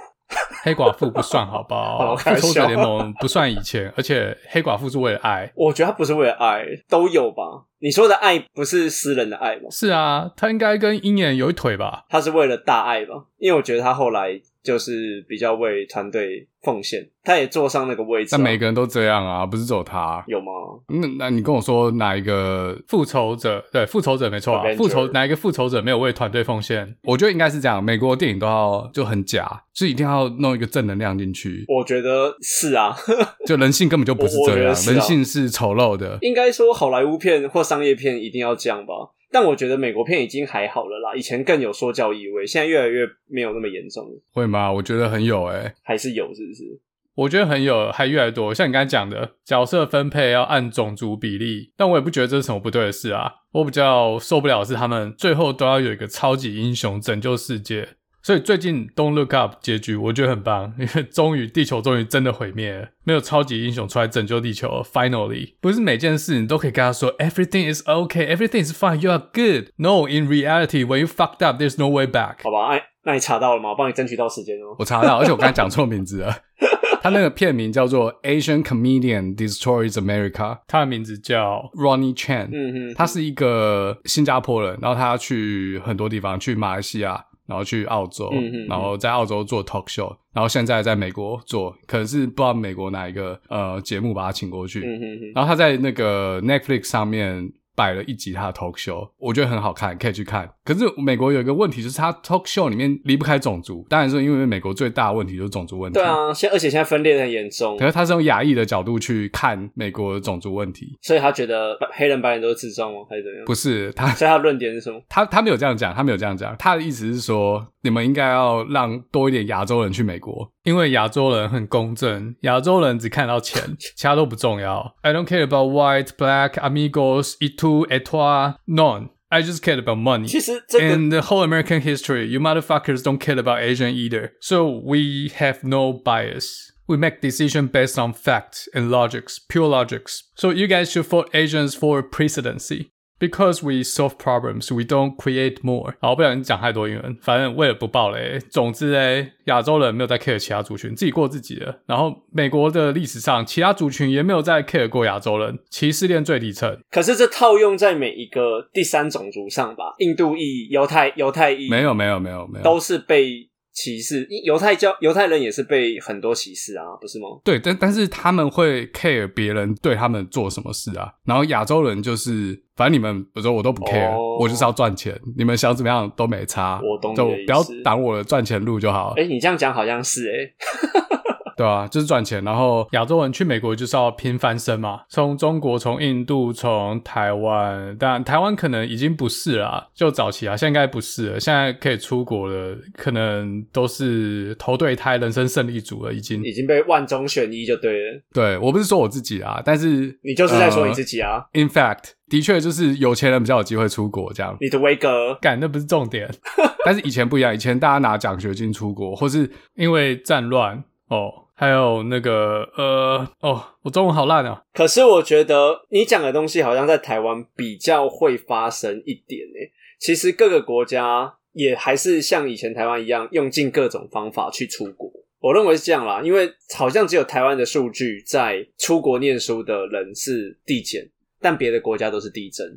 A: 黑寡妇不算好不
B: 好
A: 好？
B: 我开
A: 复
B: 玩笑
A: 仇者联盟不算以前，而且黑寡妇是为了爱。
B: 我觉得他不是为了爱，都有吧？你说的爱不是私人的爱吗？
A: 是啊，他应该跟鹰眼有一腿吧？
B: 他是为了大爱吧？因为我觉得他后来就是比较为团队奉献，他也坐上那个位置、啊。
A: 但每个人都这样啊，不是只有他。
B: 有吗？
A: 那那你跟我说哪一个复仇者？对，复仇者没错啊
B: Avenger
A: 复仇哪一个复仇者没有为团队奉献？我觉得应该是这样，美国电影都要就很假，是一定要弄一个正能量进去，
B: 我觉得是啊，
A: 就人性根本就不
B: 我我
A: 这
B: 觉
A: 样，
B: 得是啊
A: 人性是丑陋的。
B: 应该说好莱坞片或商业片一定要这样吧。但我觉得美国片已经还好了啦，以前更有说教意味，现在越来越没有那么严重了，
A: 会吗？我觉得很有诶、
B: 还是有是不是？
A: 我觉得很有，还越来越多。像你刚才讲的，角色分配要按种族比例，但我也不觉得这是什么不对的事啊。我比较受不了的是他们最后都要有一个超级英雄拯救世界。所以最近《Don't Look Up》结局我觉得很棒，因为终于地球终于真的毁灭了，没有超级英雄出来拯救地球了。Finally，不是每件事你都可以跟他说 “Everything is okay, everything is fine, you are good”。No, in reality, when you fucked up, there's no way back。
B: 好吧，哎，那你查到了吗？我帮你争取到时间哦。
A: 我查到，而且我刚才讲错名字了。他那个片名叫做《Asian Comedian Destroys America》，他的名字叫 Ronnie Chan。
B: 嗯哼，
A: 他是一个新加坡人，然后他去很多地方，去马来西亚，然后去澳洲，
B: 嗯嗯嗯
A: 然后在澳洲做 talk show，然后现在在美国做，可能是不知道美国哪一个呃节目把他请过去。
B: 嗯哼哼，
A: 然后他在那个 Netflix 上面摆了一集他的 talk show，我觉得很好看，可以去看。可是美国有一个问题，就是他 talk show 里面离不开种族，当然是因为美国最大的问题就是种族问题。
B: 对。啊，现而且现在分裂的很严重
A: 可，是他是用亚裔的角度去看美国的种族问题，
B: 所以他觉得黑人白人都是智障吗？还是怎样？
A: 不是他
B: 所以他的论点是什么？
A: 他他没有这样讲，他没有这样讲，他的意思是说，你们应该要让多一点亚洲人去美国，因为亚洲人很公正，亚洲人只看到钱，其他都不重要。I don't care about white, black, amigos, itu, etwa, none. I just care about money.
B: 其实这个
A: And the whole American history, you motherfuckers don't care about Asian either. So we have no bias. We make decision based on facts and logics, pure logics. So you guys should vote Asians for presidency. Because we solve problems, we don't create more. 好，不小心讲太多英文，反正为了不爆雷，总之嘞，亚洲人没有在 care 其他族群，自己过自己的。然后美国的历史上，其他族群也没有在 care 过亚洲人，歧视链最底层。
B: 可是这套用在每一个第三种族上吧，印度裔、犹太犹太裔
A: 没有，没有，没有，没有。
B: 都是被歧视，因犹太教犹太人也是被很多歧视啊，不是吗？
A: 对，但但是他们会 care 别人对他们做什么事啊。然后亚洲人就是，反正你们我说我都不 care，、
B: 哦
A: 我就是要赚钱，你们想怎么样都没差，
B: 我懂你的
A: 就
B: 意
A: 不要
B: 思
A: 挡我的赚钱路就好了。
B: 哎、你这样讲好像是哎、
A: 对啊，就是赚钱。然后亚洲人去美国就是要拼翻身嘛，从中国、从印度、从台湾，但台湾可能已经不是啦，就早期啊，现在应该不是了。现在可以出国的，可能都是头对胎、人生胜利组了，已经。
B: 已经被万中选一就对了，
A: 对我不是说我自己啊，但是
B: 你就是在说你
A: 呃
B: 自己啊，
A: In fact，的确就是有钱人比较有机会出国这样。
B: 你的威格，
A: 干，那不是重点。但是以前不一样，以前大家拿奖学金出国，或是因为战乱哦，还有那个呃哦，我中文好烂啊。
B: 可是我觉得你讲的东西好像在台湾比较会发生一点诶、其实各个国家也还是像以前台湾一样，用尽各种方法去出国。我认为是这样啦，因为好像只有台湾的数据在出国念书的人是递减，但别的国家都是递增。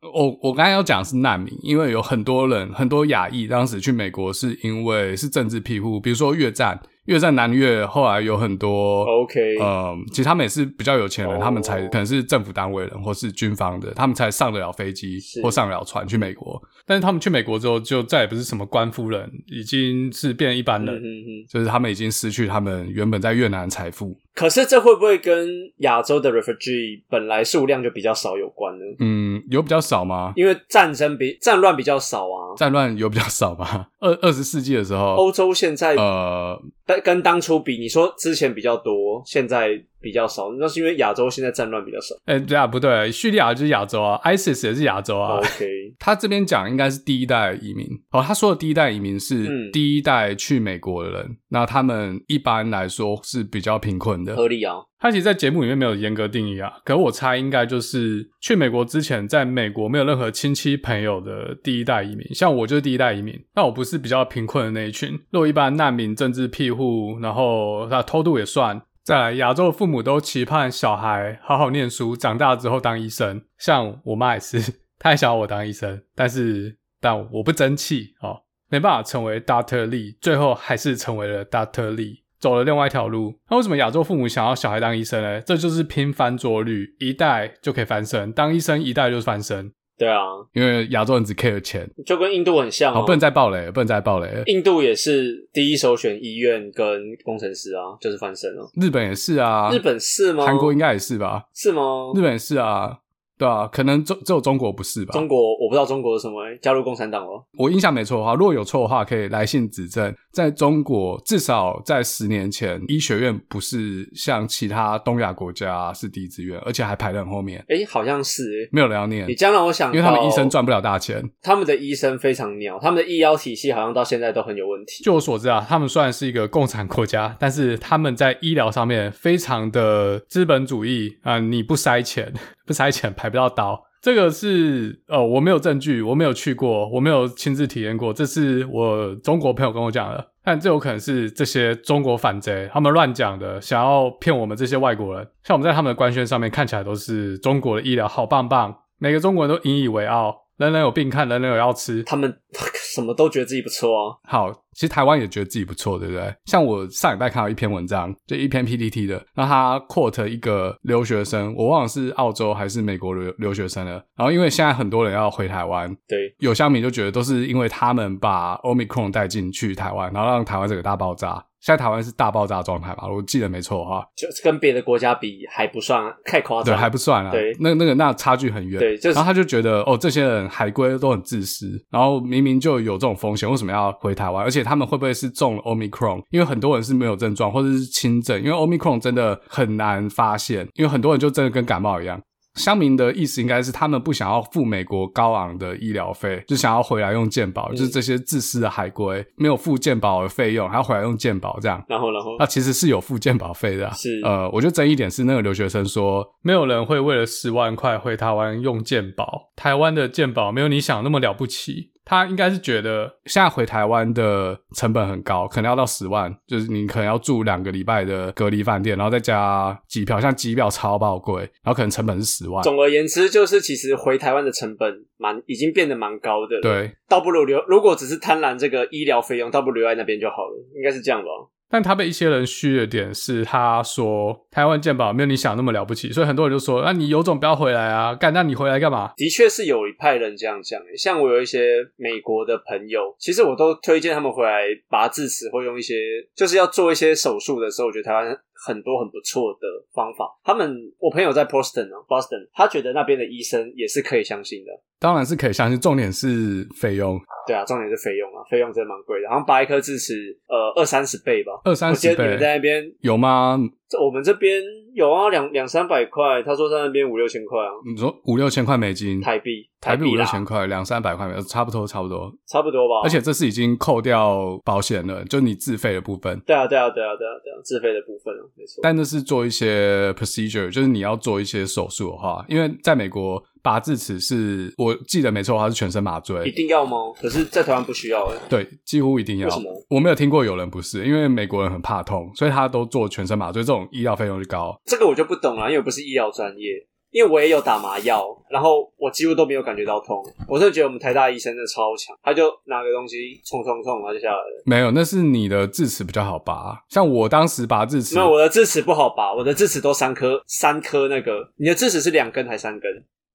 A: 我我刚才要讲的是难民，因为有很多人，很多亚裔当时去美国是因为是政治庇护，比如说越战，越战南越后来有很多
B: OK，、
A: 嗯，其实他们也是比较有钱人，
B: 哦
A: 他们才可能是政府单位人或是军方的，他们才上得了飞机
B: 是
A: 或上得了船去美国。但是他们去美国之后，就再也不是什么官夫人，已经是变一般
B: 嗯
A: 人，
B: 哼哼。
A: 就是他们已经失去他们原本在越南的财富。
B: 可是这会不会跟亚洲的 refugee 本来数量就比较少有关呢？
A: 嗯，有比较少吗？
B: 因为战争比战乱比较少啊。
A: 战乱有比较少吗？二二十世纪的时候，
B: 欧洲现在
A: 呃，
B: 但跟当初比，你说之前比较多，现在比较少，那是因为亚洲现在战乱比较少。
A: 哎、对啊，不对，叙利亚就是亚洲啊，ISIS 也是亚洲
B: 哦
A: 啊。
B: OK，
A: 他这边讲应该是第一代移民哦，他说的第一代移民是
B: 嗯
A: 第一代去美国的人，那他们一般来说是比较贫困的。
B: 合理啊。
A: 他其实，在节目里面没有严格定义啊，可我猜应该就是去美国之前，在美国没有任何亲戚朋友的第一代移民，像我就是第一代移民，但我不是比较贫困的那一群。若一般难民、政治庇护，然后那偷渡也算。再来，亚洲的父母都期盼小孩好好念书，长大之后当医生。像我妈也是， 她也想要我当医生，但是但我不争气哦，没办法成为 Doctor Lee，最后还是成为了 Doctor Lee，走了另外一条路。那为什么亚洲父母想要小孩当医生呢？这就是拼翻桌率，一代就可以翻身，当医生一代就是翻身，
B: 对啊，
A: 因为亚洲人只 care 钱。
B: 就跟印度很像
A: 好，
B: 啊
A: 不。能再暴雷了，不能再暴雷了。
B: 印度也是第一首选医院跟工程师啊，就是翻身啊。
A: 日本也是啊，
B: 日本是吗？哦
A: 韩国应该也是吧？
B: 是吗？
A: 日本也是啊，对啊，可能中只有中国不是吧？
B: 中国我不知道中国是什么、欸，加入共产党了。
A: 我印象没错的话，如果有错的话，可以来信指正。在中国，至少在十年前，医学院不是像其他东亚国家是第一志愿，而且还排得很后面，
B: 哎、好像是、
A: 没有人要念
B: 欸。你，这样让我想
A: 嗯因
B: 到，
A: 为他们医生赚不了大钱。
B: 他们的医生非常鸟，他们的医疗体系好像到现在都很有问题。
A: 据我所知啊，他们虽然是一个共产国家，但是他们在医疗上面非常的资本主义啊、你不塞钱，不塞钱排不到刀。这个是呃，我没有证据，我没有去过，我没有亲自体验过，这是我中国朋友跟我讲的。但这有可能是这些中国反贼他们乱讲的，想要骗我们这些外国人。像我们在他们的官宣上面看起来都是中国的医疗好棒棒，每个中国人都引以为傲，人人有病看，人人有药吃。
B: 他们 什么都觉得自己不错啊。
A: 好，其实台湾也觉得自己不错，对不对？像我上礼拜看到一篇文章，就一篇 PPT 的，那他 quote 一个留学生，我忘了是澳洲还是美国留留学生了。然后因为现在很多人要回台湾，
B: 对，
A: 有乡民就觉得都是因为他们把 Omicron 带进去台湾，然后让台湾整个大爆炸。现在台湾是大爆炸状态吧？我记得没错的话，
B: 就是跟别的国家比还不算太夸
A: 对，
B: 张，
A: 还不算啊。
B: 对
A: 那那个那差距很远。
B: 对就是
A: 然后他就觉得哦，这些人海归都很自私，然后明明就有这种风险，为什么要回台湾？而且他们会不会是中了 Omicron？因为很多人是没有症状或者是轻症，因为 Omicron 真的很难发现，因为很多人就真的跟感冒一样。乡民的意思应该是他们不想要付美国高昂的医疗费，就想要回来用健保，
B: 嗯
A: 就是这些自私的海归没有付健保的费用，还要回来用健保这样。
B: 然后然后
A: 那、其实是有付健保费的、啊。
B: 是
A: 呃，我觉得争议点是那个留学生说，
C: 没有人会为了十万块回台湾用健保，台湾的健保没有你想那么了不起。他应该是觉得
A: 现在回台湾的成本很高，可能要到十万，就是你可能要住两个礼拜的隔离饭店，然后再加机票，像机票超爆贵，然后可能成本是十万。
B: 总而言之，就是其实回台湾的成本蛮已经变得蛮高的了。，
A: 对，
B: 倒不如留，如果只是贪婪这个医疗费用，倒不如留在那边就好了，应该是这样吧？
C: 但他被一些人虚的点是，他说台湾健保没有你想那么了不起，所以很多人就说，那、啊你有种不要回来啊，干，那你回来干嘛？
B: 的确是有一派人这样讲欸，像我有一些美国的朋友，其实我都推荐他们回来拔智齿，或用一些就是要做一些手术的时候，我觉得台湾很多很不错的方法。他们我朋友在 Boston 啊，Boston，他觉得那边的医生也是可以相信的。
A: 当然是可以相信，重点是费用，
B: 对啊，重点是费用啊，费用真的蛮贵的，好像拔一颗智齿，呃，二三十倍吧。
A: 二三
B: 我记
A: 十
B: 得你们
A: 倍
B: 在那边，
A: 有吗？
B: 这我们这边有啊，两两三百块，他说在那边五六千块啊，
A: 你说五六千块美金，
B: 台币，
A: 台币五六
B: 啦哦
A: 千，块，两三百块美金，差不多差不多。
B: 差不多吧。
A: 而且这是已经扣掉保险了，就你自费的部分。
B: 对啊，对啊，对啊，对啊，对啊，自费的部分啊，没错。
A: 但那是做一些 procedure，就是你要做一些手术的话，因为在美国拔智齿是我记得没错，它是全身麻
B: 一
A: 醉，
B: 定要吗？可是，在台湾不需要哎、
A: 对，几乎一定要
B: 为什么。
A: 我没有听过有人不是，因为美国人很怕痛，所以他都做全身麻醉，这种医药费用就高。
B: 这个我就不懂啊了，因为我不是医疗专业，因为我也有打麻药，然后我几乎都没有感觉到痛。我真的觉得我们台大医生真的超强，他就拿个东西冲冲冲，然后就下来了。
A: 没有，那是你的智齿比较好拔，像我当时拔智齿
B: 没，有，我的智齿不好拔，我的智齿都三颗，三颗那个，你的智齿是两根还是三根？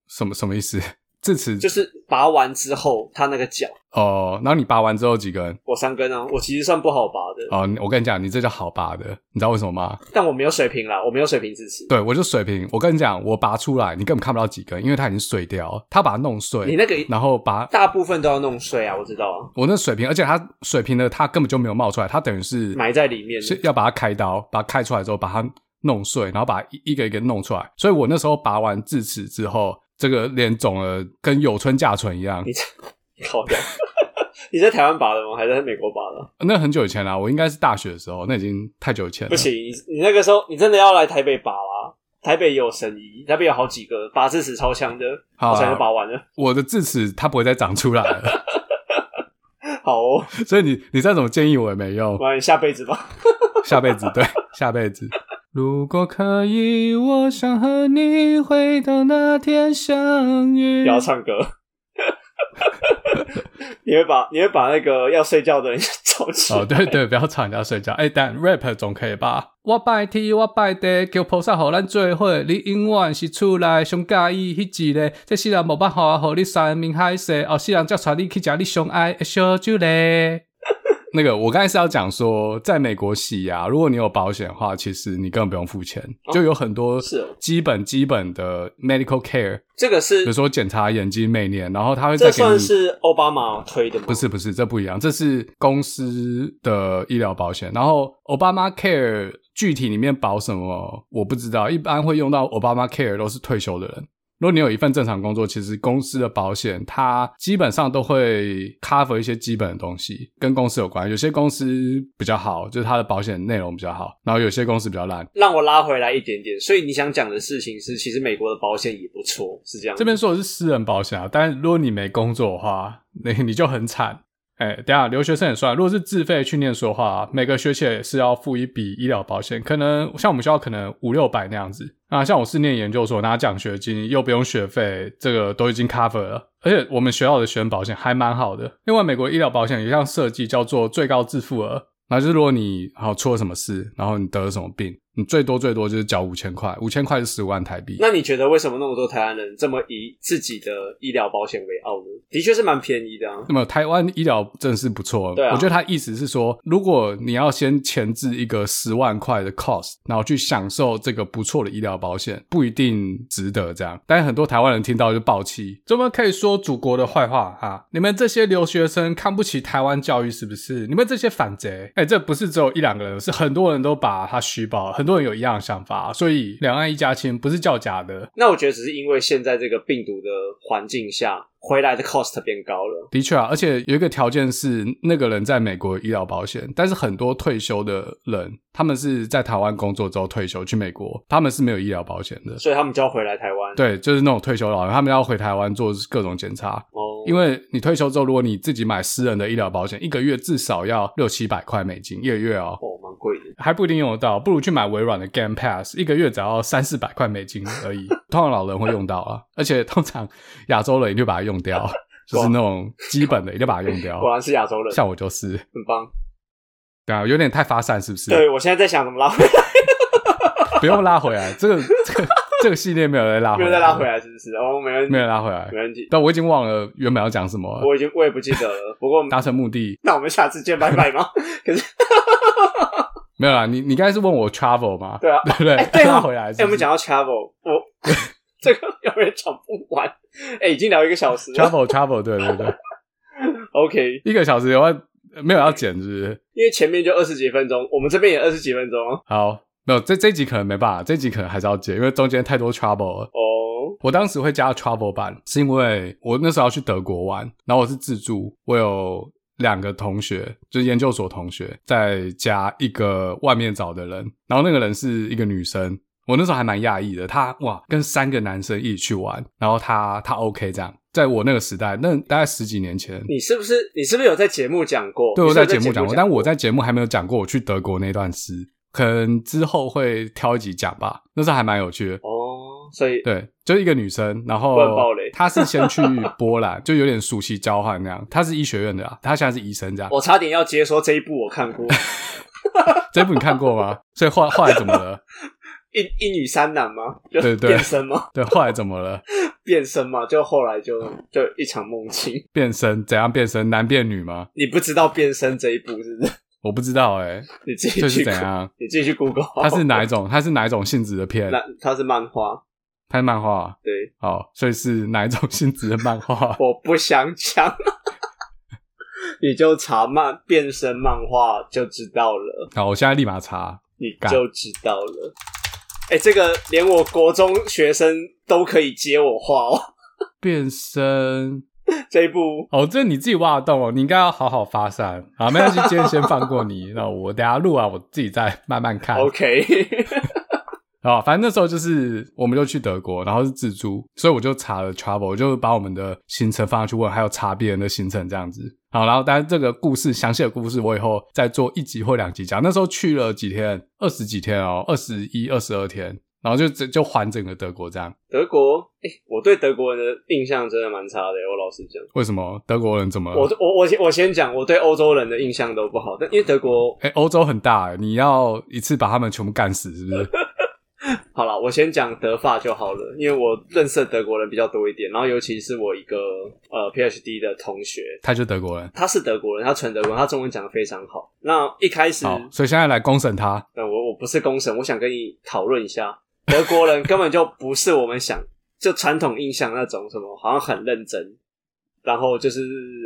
A: 什么什么意思？ 智齿
B: 就是拔完之后，它那个角，
A: 哦，然后你拔完之后几根？
B: 我三根啊，我其实算不好拔的，
A: 哦，你我跟你讲，你这叫好拔的，你知道为什么吗？
B: 但我没有水平啦，我没有水平智齿。
A: 对，我就水平。我跟你讲，我拔出来，你根本看不到几根，因为它已经碎掉了，他把它弄
B: 你
A: 碎，
B: 那个
A: 然后把
B: 大部分都要弄碎啊，我知道啊，
A: 我那水平，而且它水平的它根本就没有冒出来，它等于是
B: 埋在里面
A: 是要把它开刀，把它开出来之后把它弄碎，然后把它一一个一个弄出来。所以我那时候拔完智齿之后，这个脸肿了，跟有春架唇一样。
B: 靠掉。 你在台湾拔的吗？还是在美国拔的？
A: 那很久以前啦、我应该是大学的时候，那已经太久以前了。
B: 不行，你你那个时候你真的要来台北拔啦。台北也有神医，台北有好几个拔智齿超强的，
A: 好啊
B: 我才能拔完了。
A: 我的智齿它不会再长出来 了，
B: 好、哦，
A: 所以你你再怎么建议我也没用。
B: 那你下辈子吧。
A: 下辈子，对，下辈 子。如果可以，我想和你回到那天相遇
B: 不要唱歌， 你会把你会把那个要睡觉的人 吵起来。
A: 哦，对对，不要吵人家睡觉。哎、但 rap 总可以吧？我拜天，我拜地，求菩萨互咱做伙。你永远是厝内上喜意迄一个，这世人无办法，互你山明海誓。后世人才带你去食你上爱的烧酒 嘞。那个，我刚才是要讲说，在美国洗牙，如果你有保险的话，其实你根本不用付钱，就有很多
B: 是哦
A: 基本基本的 medical care，
B: 这个
A: 比
B: 是
A: 如说检查眼睛每年，然后他会再给
B: 这
A: 你
B: 算是奥巴马推的吗？
A: 不是不是，这不一样，这是公司的医疗保险。然后 Obama Care 具体里面保什么我不知道，一般会用到 Obama Care 都是退休的人。如果你有一份正常工作，其实公司的保险它基本上都会 cover 一些基本的东西，跟公司有关。有些公司比较好，就是它的保险内容比较好，然后有些公司比较烂。
B: 让我拉回来一点点。所以你想讲的事情是，其实美国的保险也不错，是这样吗。
A: 这边说的是私人保险啊，但如果你没工作的话， 你你就很惨。哎、等一下留学生也算，如果是自费去念书的话，每个学期也是要付一笔医疗保险，可能像我们学校可能五六百那样子。啊，像我是念研究所，拿奖学金又不用学费，这个都已经 cover 了。而且我们学校的学生保险还蛮好的。另外，美国医疗保险有一项设计叫做最高自付额，然后就是如果你好出了什么事，然后你得了什么病，你最多最多就是缴五千块，五千块是十五万台币。
B: 那你觉得为什么那么多台湾人这么以自己的医疗保险为傲呢？的确是蛮便宜的啊。
A: 那么台湾医疗真的是不错，
B: 对啊
A: 我觉得他意思是说，如果你要先前置一个十万块的 cost，然后去享受这个不错的医疗保险，不一定值得这样。但很多台湾人听到就爆气，怎么可以说祖国的坏话哈？你们这些留学生看不起台湾教育是不是？你们这些反贼！哎，这不是只有一两个人，是很多人都把它虚报，很多人有一样的想法，所以两岸一家亲不是叫假的，
B: 那我觉得只是因为现在这个病毒的环境下，回来的 cost 变高了。
A: 的确啊，而且有一个条件是，那个人在美国有医疗保险，但是很多退休的人，他们是在台湾工作之后退休去美国，他们是没有医疗保险的。
B: 所以他们就要回来台湾。，
A: 对，就是那种退休老人，他们要回台湾做各种检查，
B: 哦，
A: 因为你退休之后，如果你自己买私人的医疗保险，一个月至少要六七百块美金，一个月哦，
B: 哦蛮贵的，
A: 还不一定用得到，不如去买微软的 Game Pass，一个月只要三四百块美金而已。通常老人会用到啊，而且通常亚洲人一定会把它用掉，就是那种基本的一定把它用掉。
B: 果然是亚洲人，
A: 像我就是，
B: 很棒。
A: 对啊，有点太发散，是不是？
B: 对我现在在想怎么拉回来，
A: 不用拉回来，这个这 个这个系列没有人拉回来，
B: 没有再拉回，来，是不是？哦，没问题，
A: 没有人拉回来
B: 没。问题。
A: 但我已经忘了原本要讲什么了，
B: 我已经我也不记得了，不过
A: 达成目的
B: 那我们下次见，拜拜吗？可是
A: 没有啦。你你刚才是问我 travel 吗？
B: 对啊，
A: 对不对？
B: 哎对哦
A: 拉回来是
B: 哎，我
A: 不是
B: 们讲到 travel，我 这个有人讲不完，哎，已经聊一个小时了。
A: travel travel，对对对，
B: OK，
A: 一个小时有要没有要剪是不是？
B: 因为前面就二十几分钟，我们这边也二十几分钟哦。
A: 好，没有这这一集可能没办法，这一集可能还是要剪，因为中间太多 travel 了。
B: 哦
A: 我当时会加 travel 版，是因为我那时候要去德国玩，然后我是自助，我有两个同学，就是研究所同学，再加一个外面找的人，然后那个人是一个女生。我那时候还蛮讶异的，她哇，跟三个男生一起去玩，然后她她 OK 这样，在我那个时代，那大概十几年前，
B: 你是不是你是不是有在节目讲过？
A: 对，
B: 你
A: 我
B: 是不
A: 在
B: 是
A: 节目
B: 讲
A: 讲过，但我在节目还没有讲过我去德国那段诗，可能之后会挑一集讲吧，那时候还蛮有趣的。
B: 哦，所以
A: 对，就是一个女生，然后
B: 不能爆雷
A: 她是先去波兰，就有点暑期交换那样。她是医学院的啊，她现在是医生这样。
B: 我差点要接说这一部我看过，
A: 这部你看过吗？所以后来后来怎么了？
B: 一一女三男吗？ 就
A: 对对
B: 变身吗？
A: 对，后来怎么了？
B: 变身嘛，就后来就就一场梦境。
A: 变身怎样变身？男变女吗？
B: 你不知道变身这一步是不是？
A: 我不知道哎、
B: 你自己
A: 这是
B: 去 Go-
A: 怎样？
B: 你自己去 Google。
A: 它是哪一种？它是哪一种性质的片？
B: 那它是漫画，
A: 它是漫画。啊
B: 对，？
A: 好，所以是哪一种性质的漫画
B: 我不想讲， 你就查漫变身漫画就知道了，
A: 好，我现在立马查。
B: 你
A: 干
B: 就知道了。哎、这个连我国中学生都可以接我话哦。
A: 变身
B: 这一部
A: 哦，这你自己挖得洞哦，你应该要好好发散。好，没关系，今天先放过 你。那我等一下录啊完，我自己再慢慢看。
B: OK，
A: 啊，反正那时候就是，我们就去德国，然后是自助，所以我就查了 travel，我就把我们的行程放上去问，还有查别人的行程这样子。好，然后当然这个故事详细的故事，我以后再做一集或两集讲。那时候去了几天，二十几天哦，二十一、二十二天，然后就就就环整个德国这样。
B: 德国，哎、我对德国人的印象真的蛮差的，欸我老实讲。
A: 为什么德国人怎么了？
B: 我我我先我先讲，我对欧洲人的印象都不好，但因为德国
A: 哎，欧洲很大，你要一次把他们全部干死是不 是？
B: 好了，我先讲德法就好了，因为我认识的德国人比较多一点，然后尤其是我一个呃 PhD 的同学，
A: 他就德国人。
B: 他是德国人，他纯德国人，他中文讲的非常好。那一开始，
A: 好，所以现在来公审他。
B: 呃，我我不是公审，我想跟你讨论一下，德国人根本就不是我们想就传统印象那种什么，好像很认真，然后就是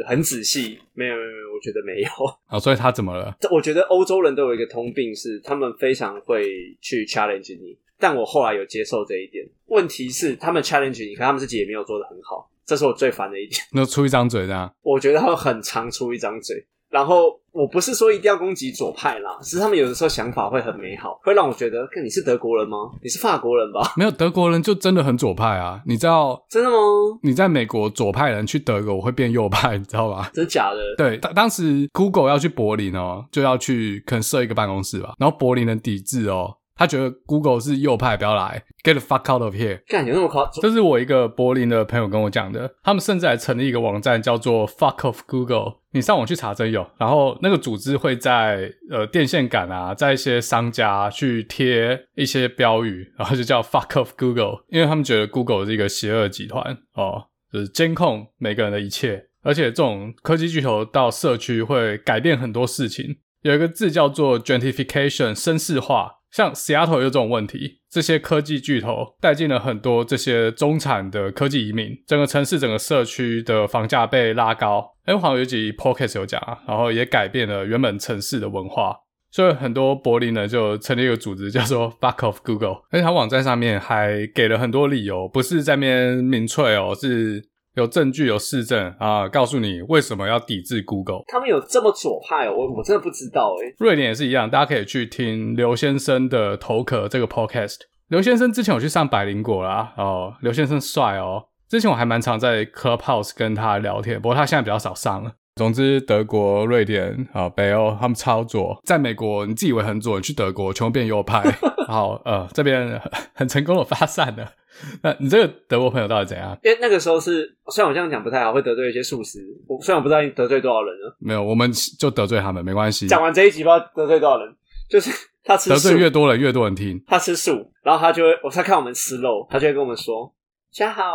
B: 很仔细，没有没有没有，我觉得没有。
A: 好，哦所以他怎么了？
B: 这我觉得欧洲人都有一个通病是，他们非常会去 challenge 你。但我后来有接受这一点。问题是，他们 challenge 你，可他们自己也没有做的很好，这是我最烦的一点。
A: 那出一张嘴这样。
B: 我觉得他们很常出一张嘴。然后我不是说一定要攻击左派啦，是他们有的时候想法会很美好，会让我觉得，看你是德国人吗？你是法国人吧？
A: 没有德国人就真的很左派啊！你知道
B: 真的吗？
A: 你在美国左派人去德国会变右派，你知道吧？
B: 真假的？
A: 对，当当时 Google 要去柏林哦，就要去可能设一个办公室吧，然后柏林人抵制哦，他觉得 Google 是右派，不要来，get the fuck out of here。
B: 干有那么夸张？
A: 这是我一个柏林的朋友跟我讲的，他们甚至还成立一个网站叫做 Fuck Off Google，你上网去查真有。然后那个组织会在呃电线杆啊，在一些商家去贴一些标语，然后就叫 Fuck Off Google，因为他们觉得 Google 是一个邪恶集团哦。就是监控每个人的一切。而且这种科技巨头到社区会改变很多事情。有一个字叫做 gentrification，绅士化。像 Seattle 有这种问题，这些科技巨头带进了很多这些中产的科技移民，整个城市、整个社区的房价被拉高。哎、欸，我好像有集 podcast 有讲啊，然后也改变了原本城市的文化。所以很多柏林人就成立一个组织，叫做 Fuck Off Google，而且他网站上面还给了很多理由，不是在面民粹哦，是有证据、有市政啊，告诉你为什么要抵制 Google。
B: 他们有这么左派、哦，我我真的不知道哎、欸。
A: 瑞典也是一样，大家可以去听刘先生的《头壳》这个 podcast。刘先生之前我去上百灵果啦，哦，刘先生帅哦。之前我还蛮常在 Clubhouse 跟他聊天，不过他现在比较少上了。总之，德国、瑞典啊、北欧，他们超左。在美国，你自以为很左，你去德国，全部变右 派。好，呃，这边很成功的发散了。 那你这个德国朋友到底怎样？
B: 因为那个时候是，虽然我这样讲不太好，会得罪一些素食。我虽然我不知道你得罪多少人了，
A: 没有，我们就得罪他们，没关系。
B: 讲完这一集，不知道得罪多少人，就是他吃
A: 得罪越多人，越多人听。
B: 他吃素，然后他就会，我他看我们吃肉，他就会跟我们说：“嘉豪，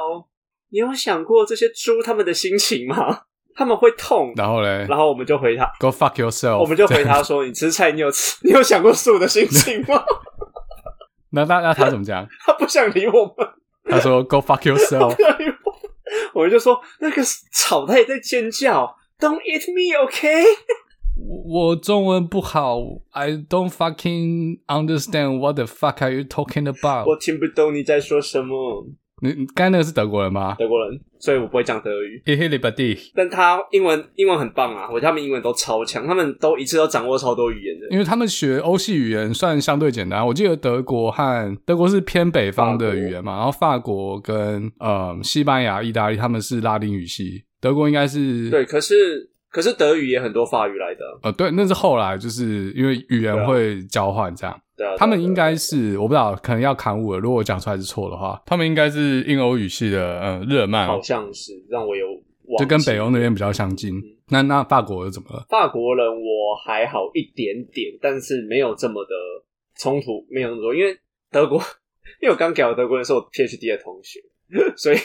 B: 你有想过这些猪他们的心情吗？” 他们会痛，
A: 然哦后嘞，
B: 然后我们就回他
A: ，Go fuck yourself。
B: 我们就回他说：“你吃菜，你有吃， 你有想过素的心情吗？”
A: 那那那他怎么讲？
B: 他不想理我们。”
A: 他说：“Go fuck yourself。
B: 我们就说：“那个草他也在尖叫，Don't eat me, OK？”
A: 我中文不好，I don't fucking understand what the fuck are you talking about。
B: 我听不懂你在说什么。
A: 你你刚才那个是德国人吗？
B: 德国人，所以我不会讲德语。
A: h e l i b d y
B: 但他英文英文很棒啊，我觉得他们英文都超强，他们都一次都掌握超多语言的。
A: 因为他们学欧系语言算相对简单，我记得德国和德国是偏北方的语
B: 哦
A: 言嘛，然后法国跟呃西班牙、意大利他们是拉丁语系，德国应该是
B: 对，可是。可是德语也很多法语来的，啊
A: 呃，对，那是后来就是因为语言会交换这样。
B: 对啊，
A: 他们应该是我不知道，可能要砍我了。如果我讲出来是错的话，他们应该是印欧语系的，嗯，日耳曼
B: 啊好像是让我有
A: 就跟北欧那边比较相近。嗯、那那法国又怎么了？
B: 法国人我还好一点点，但是没有这么的冲突，没有那么多。因为德国， 因为我刚讲德国人是我 PhD 的同学， 所以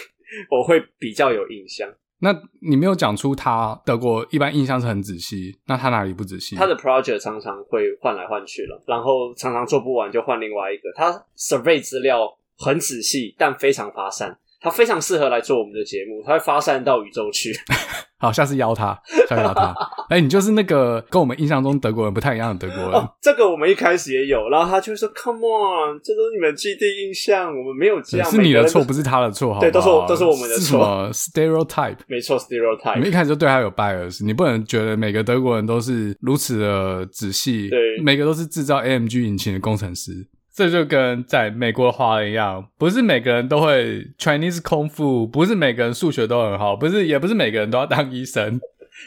B: 我会比较有印象。
A: 那你没有讲出他德国一般印象是很仔细，那他哪里不仔细？
B: 他的 project 常常会换来换去了，然后常常做不完就换另外一个。他 survey 资料很仔细，但非常发散，他非常适合来做我们的节目，他会发散到宇宙去。
A: 好，下次邀他，下次邀 他。哎欸，你就是那个跟我们印象中德国人不太一样的德国人。哦，
B: 这个我们一开始也有，然后他就说：“Come on，这都是你们既定印象，我们没有这样。”
A: 是你的错，不是他的错，好,好。
B: 对，都是都是我们的错。
A: stereotype，
B: 没错，stereotype。
A: 你们一开始就对他有 bias，你不能觉得每个德国人都是如此的仔细，
B: 对，
A: 每个都是制造 AMG 引擎的工程师。这就跟在美国的华人一样，不是每个人都会 Chinese 空腹，不是每个人数学都很好，不是也不是每个人都要当医生。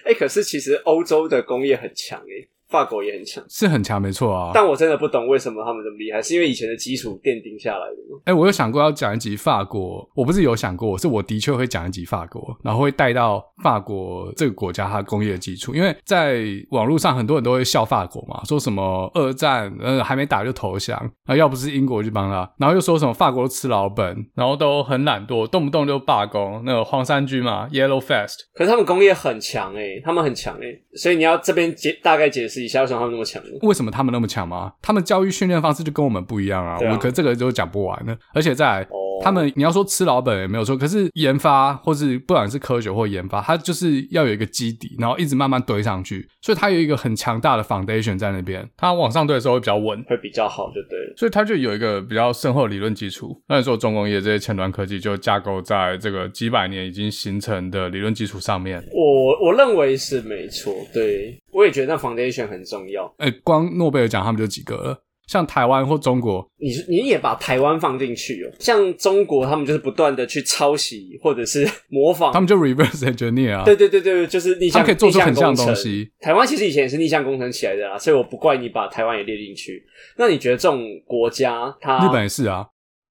B: 哎、欸，可是其实欧洲的工业很强哎、欸，法国也很强，
A: 是很强没错啊。
B: 但我真的不懂为什么他们这么厉害，是因为以前的基础奠定下来的吗？
A: 哎、欸，我有想过要讲一集法国，我不是有想过，是我的确会讲一集法国，然后会带到法国这个国家它工业的基础，因为在网络上很多人都会笑法国嘛，说什么二战呃还没打就投降，然后要不是英国去帮他，然后又说什么法国吃老本，然后都很懒惰，动不动就罢工，那个黄衫军嘛，Yellow Fest。
B: 可是他们工业很强哎，他们很强哎，所以你要这边解大概解释。一下为什么他们那么强？
A: 为什么他们那么强吗？他们教育训练方式就跟我们不一样啊！啊我们可这个就讲不完了。而且在、哦、他们，你要说吃老本也没有错，可是研发或是不管是科学或研发，它就是要有一个基底，然后一直慢慢堆上去，所以它有一个很强大的 foundation 在那边，它往上堆的时候会比较稳，
B: 会比较好，就对了。
A: 所以它就有一个比较深厚理论基础。那你说重工业这些前端科技就架构在这个几百年已经形成的理论基础上面。
B: 我我认为是没错，对。我也觉得那 foundation 很重要。
A: 哎、欸，光诺贝尔奖他们就几个了，像台湾或中国，
B: 你你也把台湾放进去哦。像中国，他们就是不断的去抄袭或者是 模仿，
A: 他们就 reverse engineer 啊。
B: 对对对对，就是逆向，
A: 可以做出很像东西。
B: 台湾其实以前也是逆向工程起来的啊，所以我不怪你把台湾也列进去。那你觉得这种国家，它
A: 日本也是啊？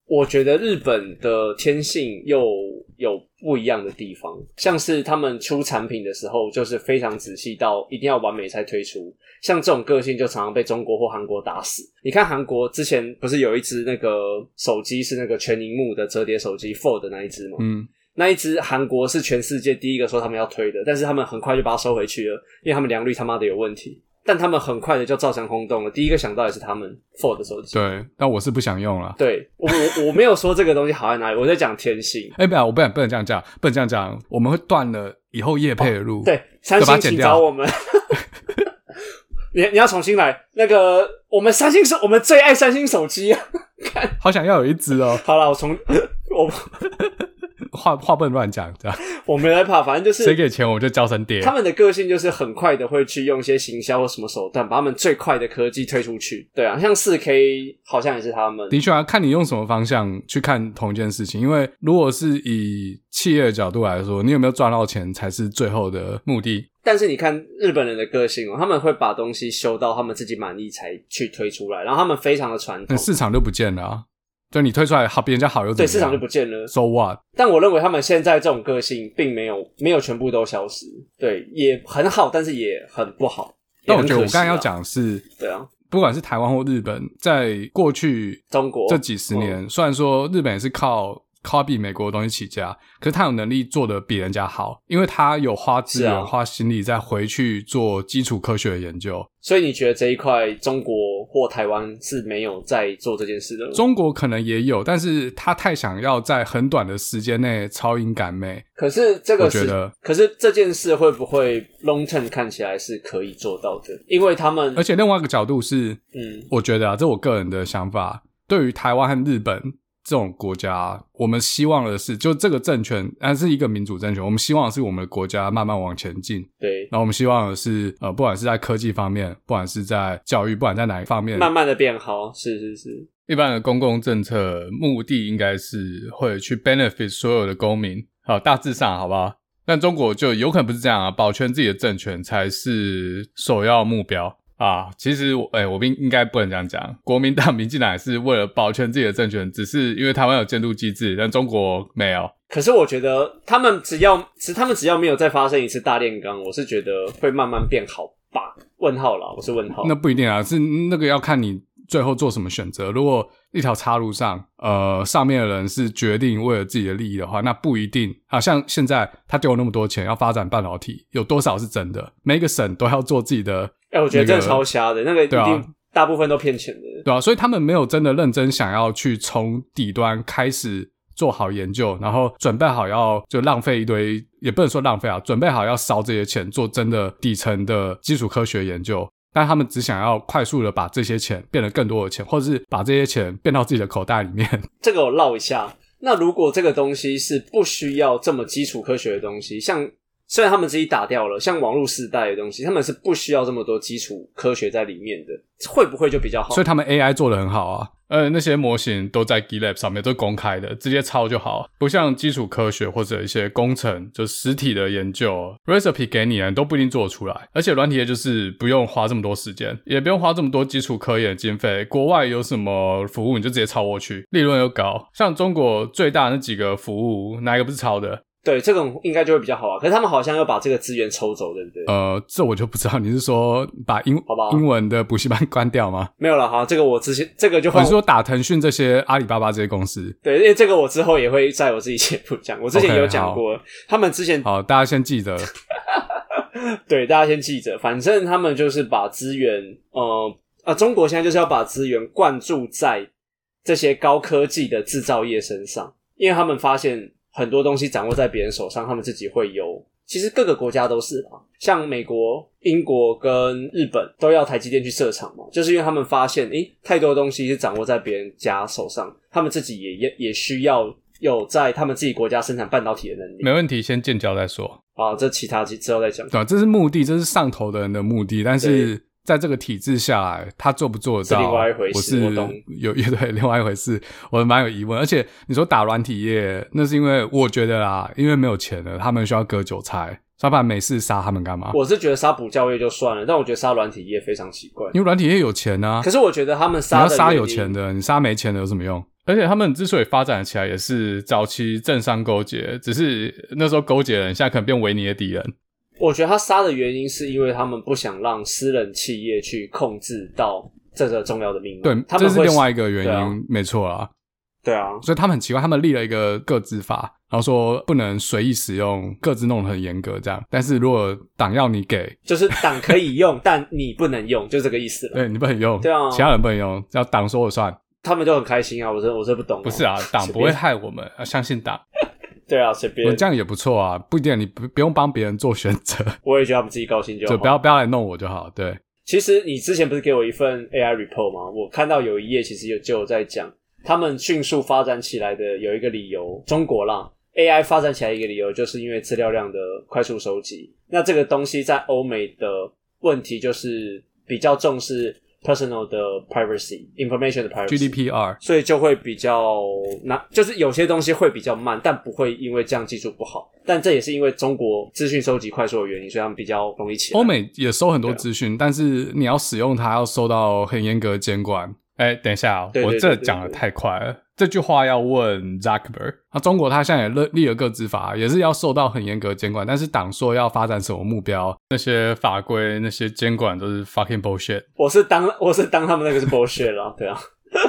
B: 我觉得日本的天性又有不一样的地方，像是他们出产品的时候，就是非常仔细到一定要完美才推出。像这种个性就常常被中国或韩国打死。你看韩国之前不是有一只那个手机是那个全荧幕的折叠手机 Fold 那一只吗？
A: 嗯。
B: 那一支韩国是全世界第一个说他们要推的，但是他们很快就把它收回去了，因为他们良率他妈的有问题。但他们很快的就造成轰动了，第一个想到也是他们 Ford 的手机。
A: 对，但我是不想用了。
B: 对我我我没有说这个东西好在哪里，我在讲天性。
A: 哎、不要，我不想不能这样讲，不能这样讲，我们会断了以后叶配的路。
B: 哦对，三
A: 把它
B: 星
A: 剪
B: 请
A: 掉
B: 找我们。 你你要重新来，那个我们三星手，我们最爱三星手机 啊。
A: 好想要有一只哦，
B: 好了，我从 我
A: 话话不能乱讲，这样
B: 我没来怕，反正就
A: 谁
B: 是
A: 给钱我就叫声爹
B: 他。们的个性就是很快的会去用一些行销或什么手段，把他们最快的科技推出去。对啊，像四 K 好像也是他们。
A: 的确啊，看你用什么方向去看同一件事情。因为如果是以企业的角度来说，你有没有赚到钱才是最后的目的。
B: 但是你看日本人的个性哦、他们会把东西修到他们自己满意才去推出来，然后他们非常的传
A: 那
B: 统，
A: 市场就不见了、啊，就你推出来好比人家好又怎么样？
B: 对市场就不见了。
A: So what？
B: 但我认为他们现在这种个性并没有没有全部都消失，对，也很好，但是也很不好。
A: 但
B: 也
A: 我
B: 很
A: 觉得我
B: 可惜
A: 刚刚要
B: 啊，
A: 讲的是，
B: 对啊，
A: 不管是台湾或日本，在过去
B: 中国
A: 这几十年，
B: 嗯
A: 虽然说日本也是靠 copy 美国的东西起家，可是他有能力做的比人家好，因为他有花资源、
B: 是啊
A: 花心力再回去做基础科学的研究。
B: 所以你觉得这一块中国或台湾是没有在做这件事的？
A: 中国可能也有，但是他太想要在很短的时间内超英赶美，
B: 可是这个
A: 我觉
B: 是
A: 得，
B: 可是这件事会不会 long term 看起来是可以做到的？因为他们
A: 而且另外一个角度是，
B: 嗯，
A: 我觉得啊，这我个人的想法，对于台湾和日本这种国家，我们希望的是，就这个政权，它是一个民主政权，我们希望的是我们的国家慢慢往前进。
B: 对，
A: 那我们希望的是，呃，不管是在科技方面，不管是在教育，不管在哪一方面，
B: 慢慢的变好，是是是，
A: 一般的公共政策目的应该是会去 benefit 所有的公民，好，大致上好不好？但中国就有可能不是这样啊，保全自己的政权才是首要目标啊。其实我，哎、我们应该不能这样讲。国民党、民进党也是为了保全自己的政权，只是因为台湾有监督机制，但中国没有。
B: 可是我觉得他们只要，只他们只要没有再发生一次大炼钢，我是觉得会慢慢变好吧？问号啦，我是问号。
A: 那不一定啊，是那个要看你最后做什么选择。如果一条岔路上，呃，上面的人是决定为了自己的利益的话，那不一定啊。像现在他丢了那么多钱要发展半导体，有多少是真的？每一个省都要做自己的，
B: 哎、我觉得
A: 那
B: 真
A: 个
B: 的超瞎的，那个一
A: 对啊
B: 定大部分都骗钱的。
A: 对啊，所以他们没有真的认真想要去从底端开始。做好研究，然后准备好要就浪费一堆，也不能说浪费啊，准备好要烧这些钱做真的底层的基础科学研究，但他们只想要快速的把这些钱变得更多的钱，或者是把这些钱变到自己的口袋里面。
B: 这个我唠一下。那如果这个东西是不需要这么基础科学的东西，像虽然他们自己打掉了，像网络世代的东西，他们是不需要这么多基础科学在里面的，会不会就比较好
A: 所以？他们 AI 做的很好啊，呃，那些模型都在 GitLab 上面都是公开的，直接抄就好，不像基础科学或者一些工程，就实体的研究 recipe 给你啊，你都不一定做得出来。而且软体业就是不用花这么多时间，也不用花这么多基础科研的经费，国外有什么服务你就直接抄过去，利润又高。像中国最大那几个服务，哪一个不是抄的？
B: 对，这种应该就会比较好啊。可是他们好像又把这个资源抽走，对不对？
A: 呃，这我就不知道，你是说把英
B: 好吧
A: 英文的补习班关掉吗？
B: 没有了哈，这个我之前这个就
A: 我
B: 换
A: 是说打腾讯这些、阿里巴巴这些公司？
B: 对，因为这个我之后也会在我自己节目讲，我之前
A: OK，
B: 有讲过他们之前
A: 好，大家先记得。
B: 对，大家先记着，反正他们就是把资源，呃啊，中国现在就是要把资源灌注在这些高科技的制造业身上，因为他们发现很多东西掌握在别人手上，他们自己会有。其实各个国家都是啊，像美国、英国跟日本都要台积电去设厂嘛，就是因为他们发现，诶，太多东西是掌握在别人家手上，他们自己也也也需要有在他们自己国家生产半导体的能力
A: 没问题，先建交再说。
B: 啊。这其他之后再讲。
A: 对、啊，这是目的，这是上头的人的目的。但是在这个体制下来，他做不做得到，
B: 是另外一回事
A: 我是
B: 我懂
A: 有 乐队另外一回事，我蛮有疑问。而且你说打软体业，那是因为我觉得啦，因为没有钱了，他们需要割韭菜，要不然没事杀他们干嘛？
B: 我是觉得杀补教业就算了，但我觉得杀软体业非常奇怪。
A: 因为软体业有钱啊，
B: 可是我觉得他们
A: 你
B: 杀
A: 要
B: 的
A: 杀
B: 原
A: 有
B: 因
A: 钱，的，你杀没钱的有什么用？而且他们之所以发展起来，也是早期政商勾结，只是那时候勾结的人，现在可能变为你的敌人。
B: 我觉得他杀的原因是因为他们不想让私人企业去控制到这个重要的命脉。
A: 对，
B: 他
A: 这
B: 们
A: 是
B: 会
A: 另外一个原因，
B: 对啊
A: 没错啦。
B: 对啊，
A: 所以他们很奇怪，他们立了一个个资法，然后说不能随意使用，各自弄得很严格这样。但是如果党要你给，
B: 就是党可以用， 但你不能用，就这个意思了。
A: 对你不能用，
B: 对啊
A: 其他人不能用，要党说了算。
B: 他们都很开心啊，我真我真不懂、
A: 不是，啊，党不会害我们，要相信党。
B: 对啊，随
A: 我
B: 便，
A: 这样也不错啊，不一定你不不用帮别人做选择，
B: 我也觉得他们自己高兴就好。
A: 就不要不要来弄我就好。对，
B: 其实你之前不是给我一份 AI report 吗？我看到有一页其实有就有在讲，他们迅速发展起来的有一个理由，中国啦 AI 发展起来一个理由，就是因为资料量的快速收集。那这个东西在欧美的问题就是比较重视 personal 的 privacy、information 的 privacy。
A: GDPR
B: 所以就会比较难，就是有些东西会比较慢，但不会因为这样技术不好。但这也是因为中国资讯收集快速的原因，所以他们比较容易起来。
A: 欧美也收很多
B: 对啊
A: 资讯，但是你要使用它，要受到很严格的监管。哎，等一下、哦，
B: 对对
A: 我
B: 对
A: 这
B: 对
A: 讲的
B: 对
A: 太快了。这句话要问 Zuckerberg。那、中国它现在也立立了个执法，也是要受到很严格的监管。但是党说要发展什么目标，那些法规、那些监管都是 fucking bullshit。
B: 我是当 我是当他们那个是 bullshit 啦，对啊，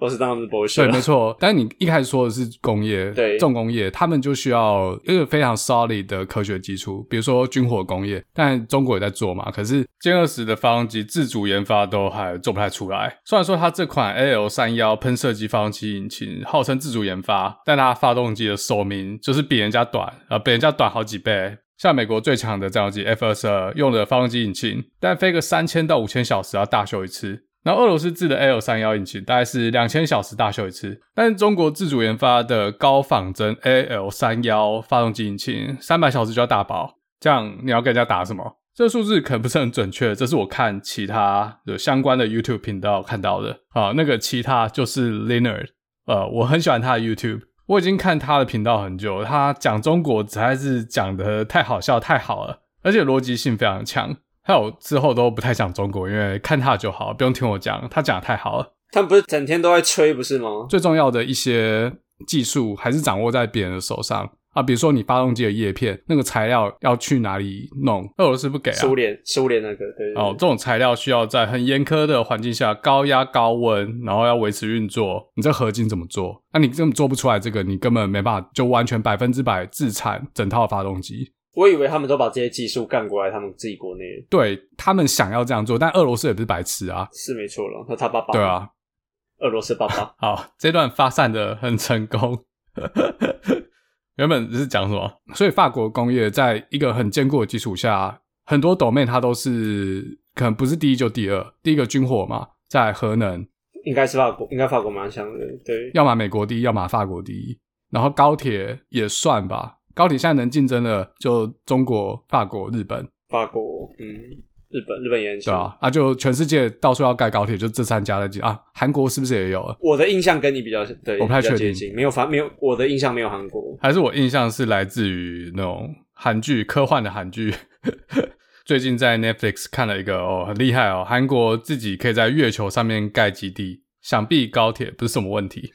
B: 我是当他们是 bullshit
A: 对，没
B: 啦。
A: 错。但你一开始说的是工业，
B: 对
A: 重工业，他们就需要一个非常 solid 的科学基础，比如说军火工业，但中国也在做嘛。可是歼二十的发动机自主研发都还做不太出来。虽然说它这款 AL 三幺喷射机发动机引擎号称自主研发，但它发动机的寿命就是比人家短，啊，比人家短好几倍。像美国最强的战斗机 F 二十二用的发动机引擎，但飞个三千到五千小时要大修一次。然后俄罗斯制的 L 三幺引擎大概是两千小时大修一次，但是中国自主研发的高仿真 AL 三幺发动机引擎三百小时就要大保，这样你要跟人家打什么？这数字可能不是很准确，这是我看其他的相关的 YouTube 频道看到的啊。那个其他就是 Leonard，呃，我很喜欢他的 YouTube，我已经看他的频道很久了，他讲中国实在是讲的太好笑太好了，而且逻辑性非常强。还有之后都不太讲中国，因为看他就好，不用听我讲，他讲的太好了。
B: 他们不是整天都在吹，不是吗？
A: 最重要的一些技术还是掌握在别人的手上啊，比如说你发动机的叶片，那个材料要去哪里弄，俄罗斯不给啊。
B: 苏联苏联那个，对对对
A: 哦，这种材料需要在很严苛的环境下高压高温，然后要维持运作。你这合金怎么做？那、你根本做不出来这个，你根本没办法就完全百分之百自产整套发动机。
B: 我以为他们都把这些技术干过来，他们自己国内
A: 对他们想要这样做，但俄罗斯也不是白痴啊。
B: 是没错了。那他爸爸，
A: 对啊，，
B: 俄罗斯爸爸
A: 好，这段发散的很成功。 原本是讲什么？所以法国工业在一个很坚固的基础下，很多 domain 它都是可能不是第一就第二，第一个军火嘛，在核能，
B: 应该是法国，应该法国蛮强的，对。
A: 要么美国第一，要么法国第一。然后高铁也算吧，高铁现在能竞争的就中国、法国、日本，
B: 法国，嗯，日本，日本也很
A: 对
B: 强。
A: 啊，啊就全世界到处要盖高铁，就这三家在竞啊。韩国是不是也有了？
B: 我的印象跟你比较，对，
A: 我不太
B: 比较
A: 确
B: 接
A: 定
B: 近，没有法，没有我的印象没有韩国。
A: 还是我印象是来自于那种韩剧科幻的韩剧。 最近在 Netflix 看了一个哦，很厉害哦，韩国自己可以在月球上面盖基地，想必高铁不是什么问题。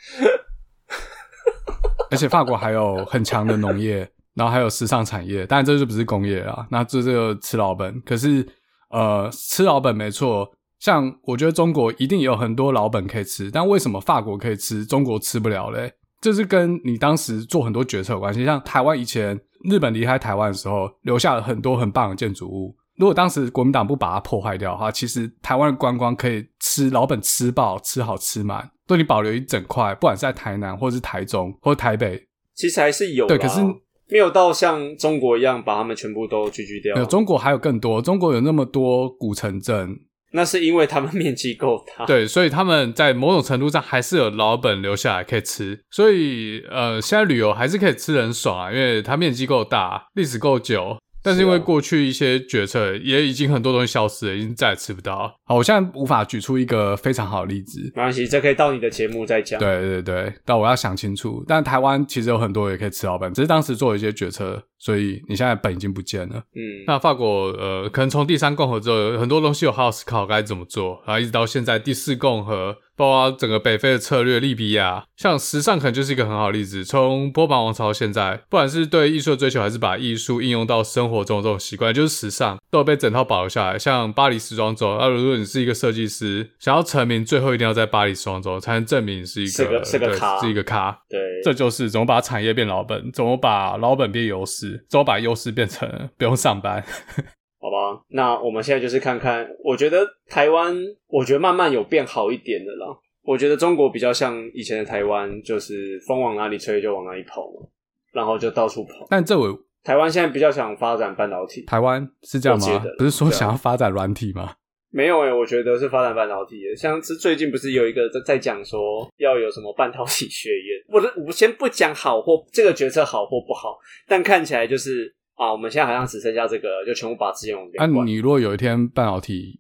A: 而且法国还有很强的农业，然后还有时尚产业，当然这就不是工业啦，那这就吃老本。可是呃，吃老本没错，像我觉得中国一定有很多老本可以吃，但为什么法国可以吃，中国吃不了嘞？这是跟你当时做很多决策有关系。像台湾以前日本离开台湾的时候，留下了很多很棒的建筑物。如果当时国民党不把它破坏掉的话，其实台湾的观光可以吃老本吃爆，吃好吃满，对你保留一整块，不管是在台南或是台中或是台北，
B: 其实还是有啦，
A: 对可是
B: 没有到像中国一样把他们全部都拒绝掉
A: 呃，。中国还有更多，中国有那么多古城镇，
B: 那是因为他们面积够 大，
A: 对，所以他们在某种程度上还是有老本留下来可以吃，所以呃，现在旅游还是可以吃得很爽啊，因为它面积够大，历史够久。但是因为
B: 是啊
A: 过去一些决策，也已经很多东西消失了，已经再也吃不到。好，我现在无法举出一个非常好的例子。
B: 没关系，这可以到你的节目再讲。
A: 对对对，但我要想清楚。但台湾其实有很多也可以吃老本，只是当时做了一些决策，所以你现在本已经不见了。
B: 嗯，
A: 那法国呃，可能从第三共和之后，有很多东西有好好思考该怎么做，然后一直到现在第四共和，包括整个北非的策略，利比亚，像时尚可能就是一个很好的例子。从波旁王朝现在，不管是对艺术的追求，还是把艺术应用到生活中的这种习惯，就是时尚都有被整套保留下来。像巴黎时装周，那、啊、如果你是一个设计师，想要成名，最后一定要在巴黎时装周才能证明你是一个
B: 是个是个
A: 对
B: 咖
A: 是一个咖。
B: 对，
A: 这就是怎么把产业变老本，怎么把老本变优势，怎么把优势变成不用上班。
B: 好吧，那我们现在就是看看，我觉得台湾，我觉得慢慢有变好一点的啦。我觉得中国比较像以前的台湾，就是风往哪里吹就往哪里跑嘛，然后就到处跑。
A: 但这我
B: 台湾现在比较想发展半导体，
A: 台湾是这样
B: 我记
A: 吗
B: 得了？
A: 不是说
B: 对啊
A: 想要发展软体吗？
B: 没有诶、欸我觉得是发展半导体的。像是最近不是有一个在在讲说要有什么半导体学院，我的我先不讲好或这个决策好或不好，但看起来就是啊，我们现在好像只剩下这个，就全部把资源往
A: 啊，
B: 边关，
A: 你如果有一天半导体，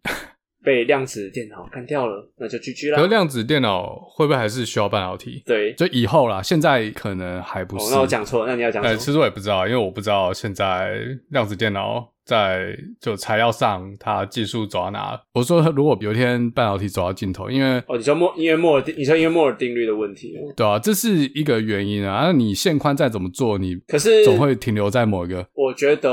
B: 被量子电脑干掉了，那就 GG
A: 可是
B: 啦。
A: 量子电脑会不会还是需要半导体？
B: 对，
A: 就以后啦，现在可能还不
B: 哦，
A: 是。
B: 那我讲错，了，那你要讲
A: 呃，
B: 什
A: 其
B: 么？
A: 实我也不知道，因为我不知道现在量子电脑在就材料上它技术走到哪。我说，如果有一天半导体走到尽头，因为
B: 哦，你说莫，因为莫尔定，你说因为莫尔定律的问题哦。
A: 对啊，这是一个原因啊。那你线宽再怎么做，你
B: 可是
A: 总会停留在某一个。
B: 我觉得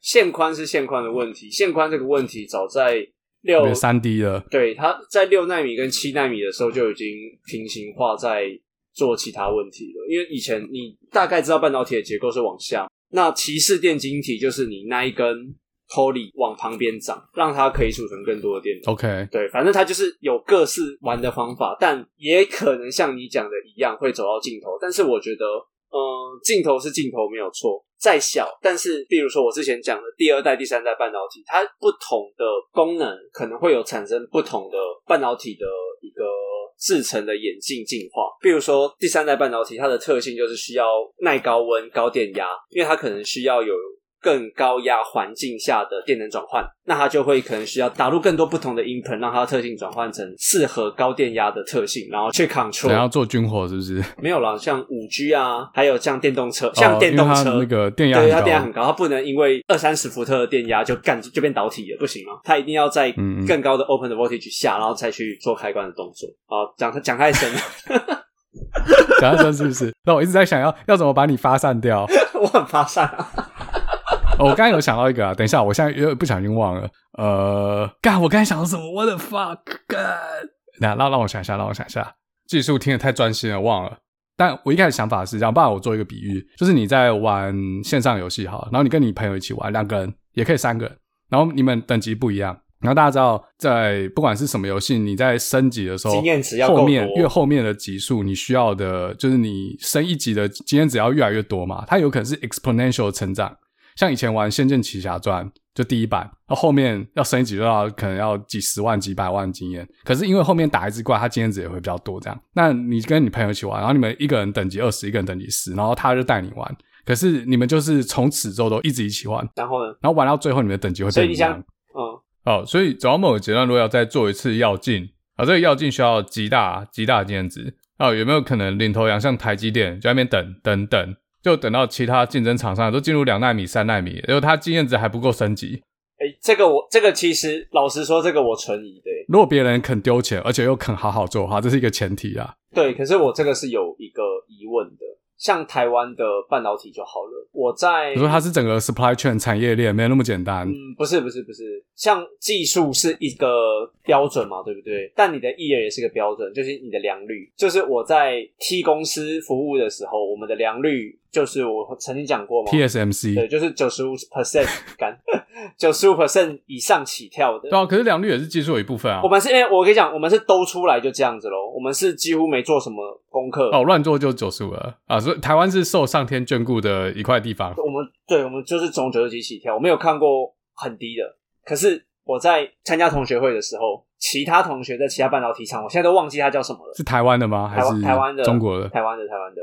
B: 线宽是线宽的问题，线宽这个问题早在
A: 特
B: 六
A: 别三 D 的，
B: 对，它在六纳米跟七纳米的时候就已经平行化在做其他问题了。因为以前你大概知道半导体的结构是往下，那骑士电晶体就是你那一根 poly 往旁边长，让它可以储存更多的电能。
A: OK，
B: 对，反正它就是有各式玩的方法，但也可能像你讲的一样会走到尽头。但是我觉得，嗯，尽头是尽头没有错，再小，但是比如说我之前讲的第二代、第三代半导体，它不同的功能可能会有产生不同的半导体的一个。制成的演进进化，比如说第三代半导体，它的特性就是需要耐高温、高电压，因为它可能需要有更高压环境下的电能转换，那它就会可能需要打入更多不同的音盆，让它的特性转换成适合高电压的特性，然后去
A: 想要
B: control。
A: 做军火是不是？
B: 没有啦，像五 G 啊，还有像电动车，
A: 哦
B: 像电动车、
A: 因为它那个电压
B: 对
A: 很
B: 它
A: 高
B: 电压很高，它不能因为二三十伏特的电压就干就变导体了，不行啊，它一定要在
A: 嗯嗯
B: 更高的 open 的 voltage 下，然后再去做开关的动作。啊，讲讲太深了，
A: 想要说是不是？那我一直在想要要怎么把你发散掉。
B: 我很发散啊。
A: 哦我刚才有想到一个啊，等一下，我现在又不小心忘了。呃，干，我刚才想到什么？我的 fuck，干，那让让我想一下，让我想一下。技术听得太专心了，忘了。但我一开始想法是这样，不然我做一个比喻，就是你在玩线上游戏好了，然后你跟你朋友一起玩，两个人也可以三个人，然后你们等级不一样。然后大家知道，在不管是什么游戏，你在升级的时候，
B: 经验值要够多
A: 后面越后面的级数，你需要的就是你升一级的经验值要越来越多嘛，它有可能是 exponential 的成长。像以前玩《仙剑奇侠传》就第一版，那后面要升级就要可能要几十万、几百万经验。可是因为后面打一只怪，它经验值也会比较多，这样。那你跟你朋友一起玩，然后你们一个人等级二十，一个人等级十，然后他就带你玩。可是你们就是从此之后都一直一起玩，
B: 然后呢，
A: 然后玩到最后你们的等级会
B: 所以
A: 变
B: 你
A: 一
B: 想
A: 样。
B: 嗯，
A: 哦，所以走到某个阶段，如果要再做一次药进，啊，这个药进需要极大极大的经验值。啊，有没有可能领头羊像台积电就在那边等等等，就等到其他竞争厂商都进入两纳米、三纳米，然后它经验值还不够升级。
B: 哎、这个我这个其实老实说，这个我存疑的、
A: 如果别人肯丢钱，而且又肯好好做的话，这是一个前提啊。
B: 对，可是我这个是有一个疑问的。像台湾的半导体就好了，我在
A: 你说它是整个 supply chain 产业链，没有那么简单。
B: 嗯，不是不是不是，像技术是一个标准嘛，对不对？但你的艺人也是个标准，就是你的良率。就是我在 T 公司服务的时候，我们的良率就是我曾经讲过嘛
A: TSMC
B: 对，就是九十五 percent 干， 九十五 percent 以上起跳的
A: 对。啊，可是良率也是技术的一部分啊
B: 我。们是因为我跟你讲，我们是兜出来就这样子咯，我们是几乎没做什么功课
A: 哦，乱做就九十五了啊，所以台湾是受上天眷顾的一块地方。
B: 我们对，我们就是从九十几起跳，我没有看过很低的。可是我在参加同学会的时候，其他同学在其他半导体厂，我现在都忘记它叫什么了。
A: 是台湾的吗？还
B: 台湾
A: 是
B: 台湾的
A: 中国的？
B: 台湾的台湾的，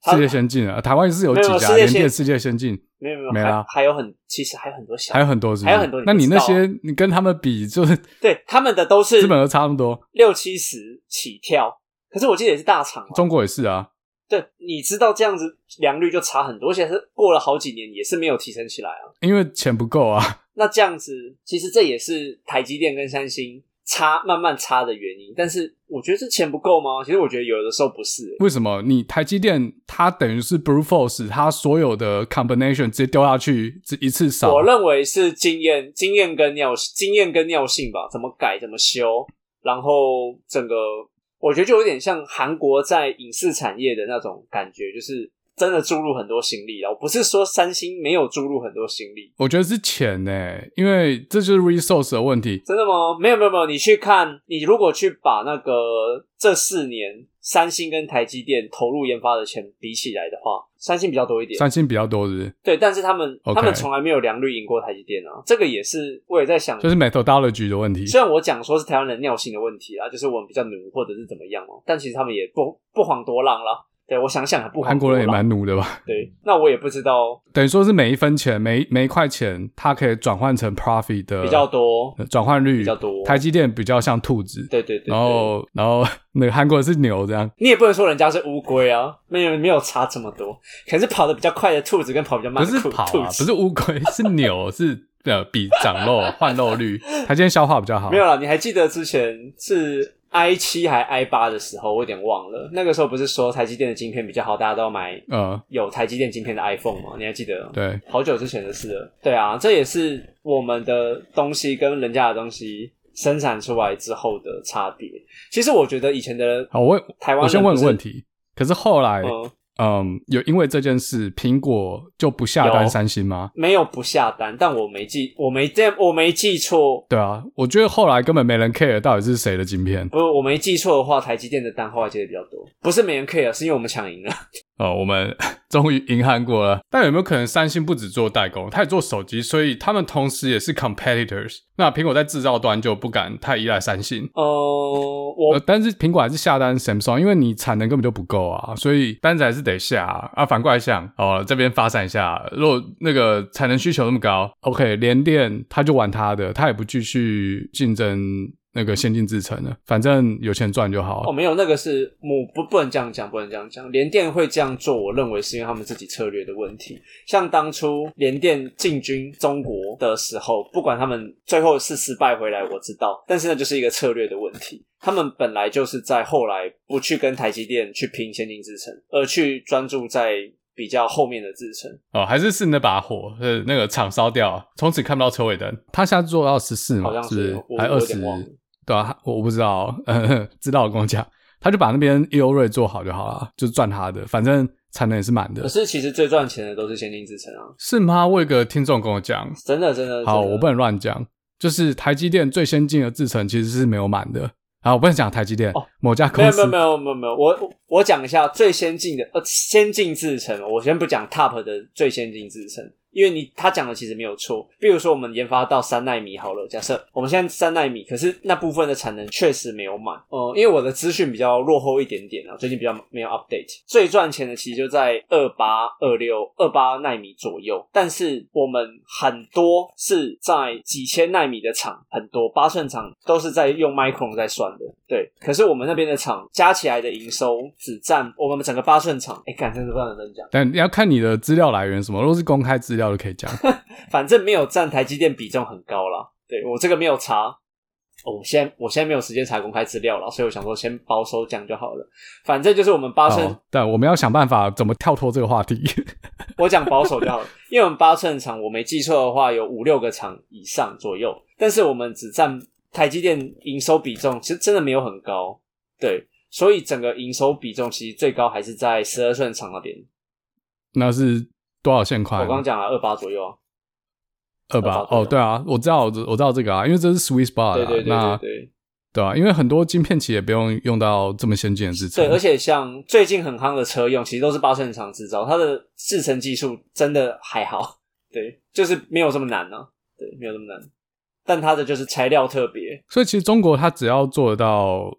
B: 它
A: 世界先进啊，台湾是有
B: 没有
A: 几家
B: 世界
A: 联
B: 先
A: 电、世界先进，
B: 没有没有
A: 没啦
B: 还还有很其实还有很多小，
A: 还有很多是不是
B: 还有很多你不
A: 那你那
B: 知道啊
A: 些你跟他们比，就是
B: 对他们的都 是
A: 资本额差那么多，
B: 六七十起跳，可是我记得也是大厂嘛。
A: 中国也是啊。
B: 对，你知道这样子良率就差很多，而且是过了好几年也是没有提升起来啊。
A: 因为钱不够啊，
B: 那这样子，其实这也是台积电跟三星差慢慢差的原因。但是我觉得是钱不够吗？其实我觉得有的时候不是、欸
A: 为什么你台积电它等于是 brute force，它所有的 combination 直接丢下去，只一次扫
B: 我认为是经验、经验跟尿、经验跟尿性吧，怎么改、怎么修，然后整个我觉得就有点像韩国在影视产业的那种感觉，就是真的注入很多心力了。我不是说三星没有注入很多心力，
A: 我觉得是钱呢、因为这就是 resource 的问题。
B: 真的吗？没有没有没有，你去看，你如果去把那个这四年三星跟台积电投入研发的钱比起来的话，三星比较多一点，
A: 三星比较多是不是
B: 对，但是他们
A: OK
B: 他们从来没有良率赢过台积电啊，这个也是我也在想，
A: 就是 methodology 的问题。
B: 虽然我讲说是台湾人尿性的问题啦，啊就是我们比较奴或者是怎么样哦、但其实他们也不不遑多让啦。对我想想，不遑
A: 韩国
B: 多
A: 人也
B: 让。
A: 蛮奴的吧？
B: 对，那我也不知道
A: 等于说是每一分钱、每每一块钱，它可以转换成 profit 的
B: 比较多，
A: 呃转换率
B: 比较多
A: 台积电比较像兔子，
B: 对对对对
A: 然后然后那个韩国人是牛这样。
B: 你也不能说人家是乌龟啊，没有没有差这么多。可是跑得比较快的兔子跟跑比较慢
A: 不
B: 的
A: 是
B: 兔
A: 跑
B: 兔
A: 啊，
B: 子
A: 不是乌龟，是 牛，是呃比长肉换肉率，它今天消化比较好。
B: 没有啦，你还记得之前是 i 七还 i 八的时候，我有点忘了。那个时候不是说台积电的晶片比较好，大家都要买
A: 呃，
B: 有台积电晶片的 iPhone 吗？你还记得？
A: 对，
B: 好久之前的事了。对啊，这也是我们的东西跟人家的东西生产出来之后的差别。其实我觉得以前的
A: 好，我
B: 台湾人
A: 我先问个问
B: 题，
A: 题，可是后来
B: 嗯，
A: 嗯，有因为这件事，苹果就不下单
B: 有
A: 三星吗？
B: 没有不下单，但我没记，我没这，我没记错，
A: 对啊，我觉得后来根本没人 care 到底是谁的晶片
B: 不是我没记错的话，台积电的单后来接的比较多，不是没人 care，是因为我们抢赢了。
A: 哦。我们 终于赢韩国了，但有没有可能三星不只做代工，它也做手机，所以他们同时也是 competitors？那苹果在制造端就不敢太依赖三星，
B: 呃，我
A: 呃，但是苹果还是下单 Samsung，因为你产能根本就不够啊，所以单子还是得下啊。啊反过来想，哦，这边发散一下，如果那个产能需求那么高，OK，联电它就玩它的，它也不继续竞争那个先进制程了，反正有钱赚就好。啊
B: 哦，没有，那个是母不不能这样讲，不能这样讲。联电会这样做，我认为是因为他们自己策略的问题。像当初联电进军中国的时候，不管他们最后是失败回来，我知道，但是那就是一个策略的问题。他们本来就是在后来不去跟台积电去拼先进制程，而去专注在比较后面的制程。
A: 哦，还是是那把火，是那个厂烧掉，啊从此看不到车尾灯。它现在做到十四嘛
B: 好，像
A: 是
B: 是
A: 不是
B: 我
A: 还
B: 我
A: 二
B: 有
A: 十
B: 点忘了？
A: 对啊，我我不知道， 知道我跟我讲，他就把那边优瑞做好就好了，就赚他的，反正产能也是满的
B: 可。是其实最赚钱的都是先进制程啊，
A: 是吗？我有个听众跟我讲，
B: 真的真的。
A: 好，
B: 真的
A: 我不能乱讲，就是台积电最先进的制程其实是没有满的。啊，我不能讲台积电，
B: 哦
A: 某家
B: 没
A: 公
B: 有
A: 司
B: 没有没有没有没有，我我我讲一下最先进的呃先进制程，我先不讲 TOP 的最先进制程，因为你他讲的其实没有错。比如说我们研发到三纳米好了，假设我们现在三纳米，可是那部分的产能确实没有满，呃，因为我的资讯比较落后一点点啊，最近比较没有 update。最赚钱的其实就在二八二六二八纳米左右，但是我们很多是在几千纳米的厂，很多八寸厂都是在用 micron 在算的，对。可是我们那边的厂加起来的营收只占我们整个八寸厂，哎，干，真是不能真讲，
A: 但你要看你的资料来源什么，如果是公开资料就可以讲。
B: 反正没有占台积电比重很高啦。对我这个没有查。哦，我现在我现在没有时间查公开资料了，所以我想说先保守讲就好了。反正就是我们八寸
A: 好，但我们要想办法怎么跳脱这个话题。
B: 我讲保守就好了，因为我们八寸厂，我没记错的话，有五六个厂以上左右，但是我们只占台积电营收比重，其实真的没有很高，对，所以整个营收比重其实最高还是在十二寸厂那边。
A: 那是多少现
B: 我
A: 款？
B: 刚刚讲了二八左右啊，
A: 二吧
B: 二？八
A: 哦，对啊，我知道，我知我知道这个啊，因为这是 Swiss Bar
B: 对
A: 啦。
B: 对对对
A: 那
B: 对
A: 对啊，因为很多晶片企业不用用到这么先进的制程。
B: 对，而且像最近很夯的车用，其实都是八寸厂制造，它的制程技术真的还好，对，就是没有这么难呢、对，没有这么难，但它的就是材料特别，
A: 所以其实中国它只要做得到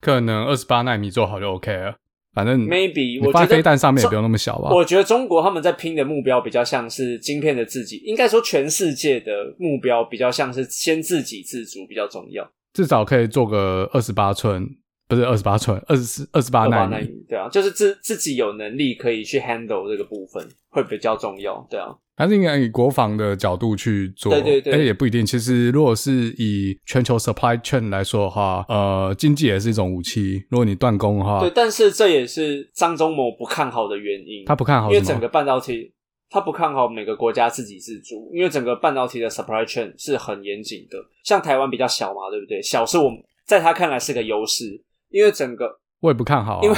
A: 可能二十八纳米做好就 OK 了，反正
B: Maybe，
A: 你
B: 我
A: 发
B: 觉得
A: 飞弹上面也不
B: 中
A: 用那么小吧？
B: 我觉得中国他们在拼的目标比较像是晶片的自己，应该说全世界的目标比较像是先自给自足比较重要。
A: 至少可以做个二十八寸不是二十八寸，二十四二十八纳
B: 那
A: 米。
B: 对啊，就是自自己有能力可以去 handle 这个部分会比较重要，对啊，
A: 它是应该以国防的角度去做，
B: 对对对
A: 哎也不一定。其实如果是以全球 supply chain 来说的话，呃，经济也是一种武器。如果你断供的话
B: 对，，但是这也是张忠谋不看好的原因，
A: 他不看好
B: 因为
A: 什
B: 整
A: 么
B: 个？半导体，他不看好每个国家自给自足，因为整个半导体的 supply chain 是很严谨的。像台湾比较小嘛，对不对？小是我们在他看来是个优势，因为整个
A: 我也不看好、啊，
B: 因为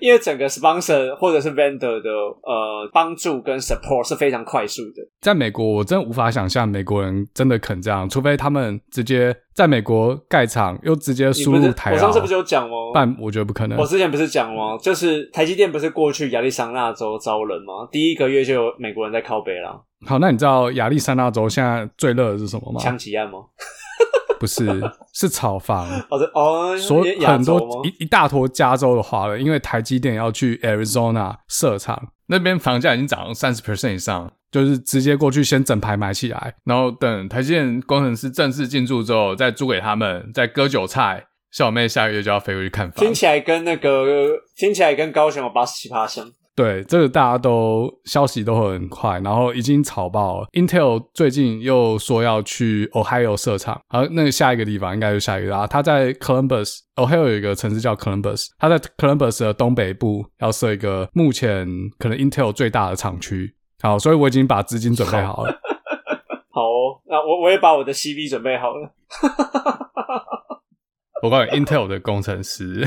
B: 因为整个 sponsor 或者是 vendor 的呃帮助跟 support 是非常快速的。
A: 在美国，我真无法想象美国人真的肯这样，除非他们直接在美国盖厂，又直接
B: 你
A: 输
B: 不是
A: 入台
B: 我上次不
A: 湾
B: 是。有讲吗？
A: 但我觉得不可能
B: 我。之前不是讲吗？就是台积电不是过去亚利桑那州招人吗？第一个月就有美国人在靠北啦，
A: 好，那你知道亚利桑那州现在最热的是什么吗？
B: 枪击案吗？
A: 不 是，是炒房。
B: 哦，这哦，
A: 所
B: 亚
A: 很
B: 洲吗
A: 多？一一大坨加州的华人，因为台积电要去 Arizona 设厂，那边房价已经涨了三十 percent 以上，就是直接过去先整排买起来，然后等台积电工程师正式进驻之后，再租给他们，再割韭菜。小妹下个月就要飞回去看房
B: 听，起来跟那个听起来跟高雄有八十七趴像。
A: 对这个大家都消息都很快，然后已经炒爆了。Intel 最近又说要去 Ohio 设厂，好，那个下一个地方应该就下一个啦。它在 Columbus Ohio 有一个城市叫 Columbus，它在 Columbus 的东北部要设一个目前可能 Intel 最大的厂区。好，所以我已经把资金准备好了。
B: 好哦，那我我也把我的 CV 准备好了。
A: 我告诉你，Intel 的工程师，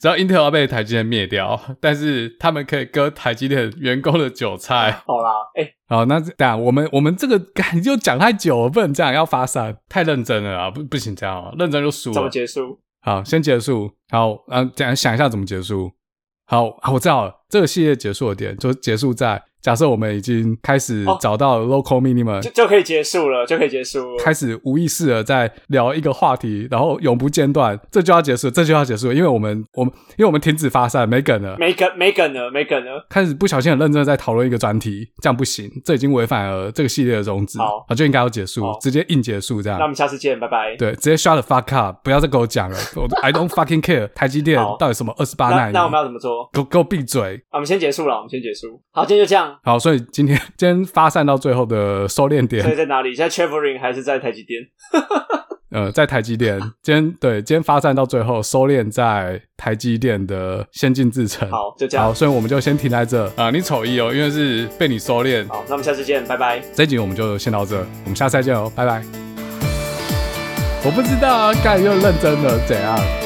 A: 只要 Intel 要被台积电灭掉，但是他们可以割台积电员工的韭菜。
B: 好啦，哎、
A: 好，那这样我们我们这个 感就讲太久了，不能这样，要发散，太认真了啊，不不行这样啊，认真就输
B: 怎么
A: 了。
B: 结束？
A: 好，先结束。好，啊，讲想一下怎么结束。好，啊我知道了，这个系列结束的点就结束在假设我们已经开始
B: 哦
A: 找到 local minimum，、
B: 就就可以结束了，就可以结束了。
A: 哎开始无意识的在聊一个话题，然后永不间断，这就要结束，这就要结束，因为我们我们因为我们停止发散，没梗了。
B: 没梗，没梗了，没梗了。
A: 开始不小心很认真的在讨论一个专题，这样不行，这已经违反了这个系列的宗旨，
B: 好
A: 啊，就应该要结束
B: 好，
A: 直接硬结束这样
B: 那我。们下次见，拜拜。
A: 对，直接 shut the fuck up，不要再给我讲了我，I don't fucking care。台积电
B: 好
A: 到底什么二十八纳
B: 那
A: 米？
B: 那我们要怎么做？
A: 给我给我闭嘴！
B: 啊我们先结束了，我们先结束。好，今天就这样。
A: 好，所以今天 今天发散到最后的收敛
B: 所以
A: 点，
B: 在哪里？现在 traveling 还是在台积电？
A: 呃，在台积 电，今天对，今天发散到最后收敛在台积电的先进制程。
B: 好，就这
A: 好，
B: 样。
A: 所以我们就先停在这啊、你丑一哦，因为是被你收敛。
B: 好，那我们下次见，拜拜。
A: 这一集我们就先到这，我们下次再见哦，拜拜。我不知道啊，干又认真了，怎样？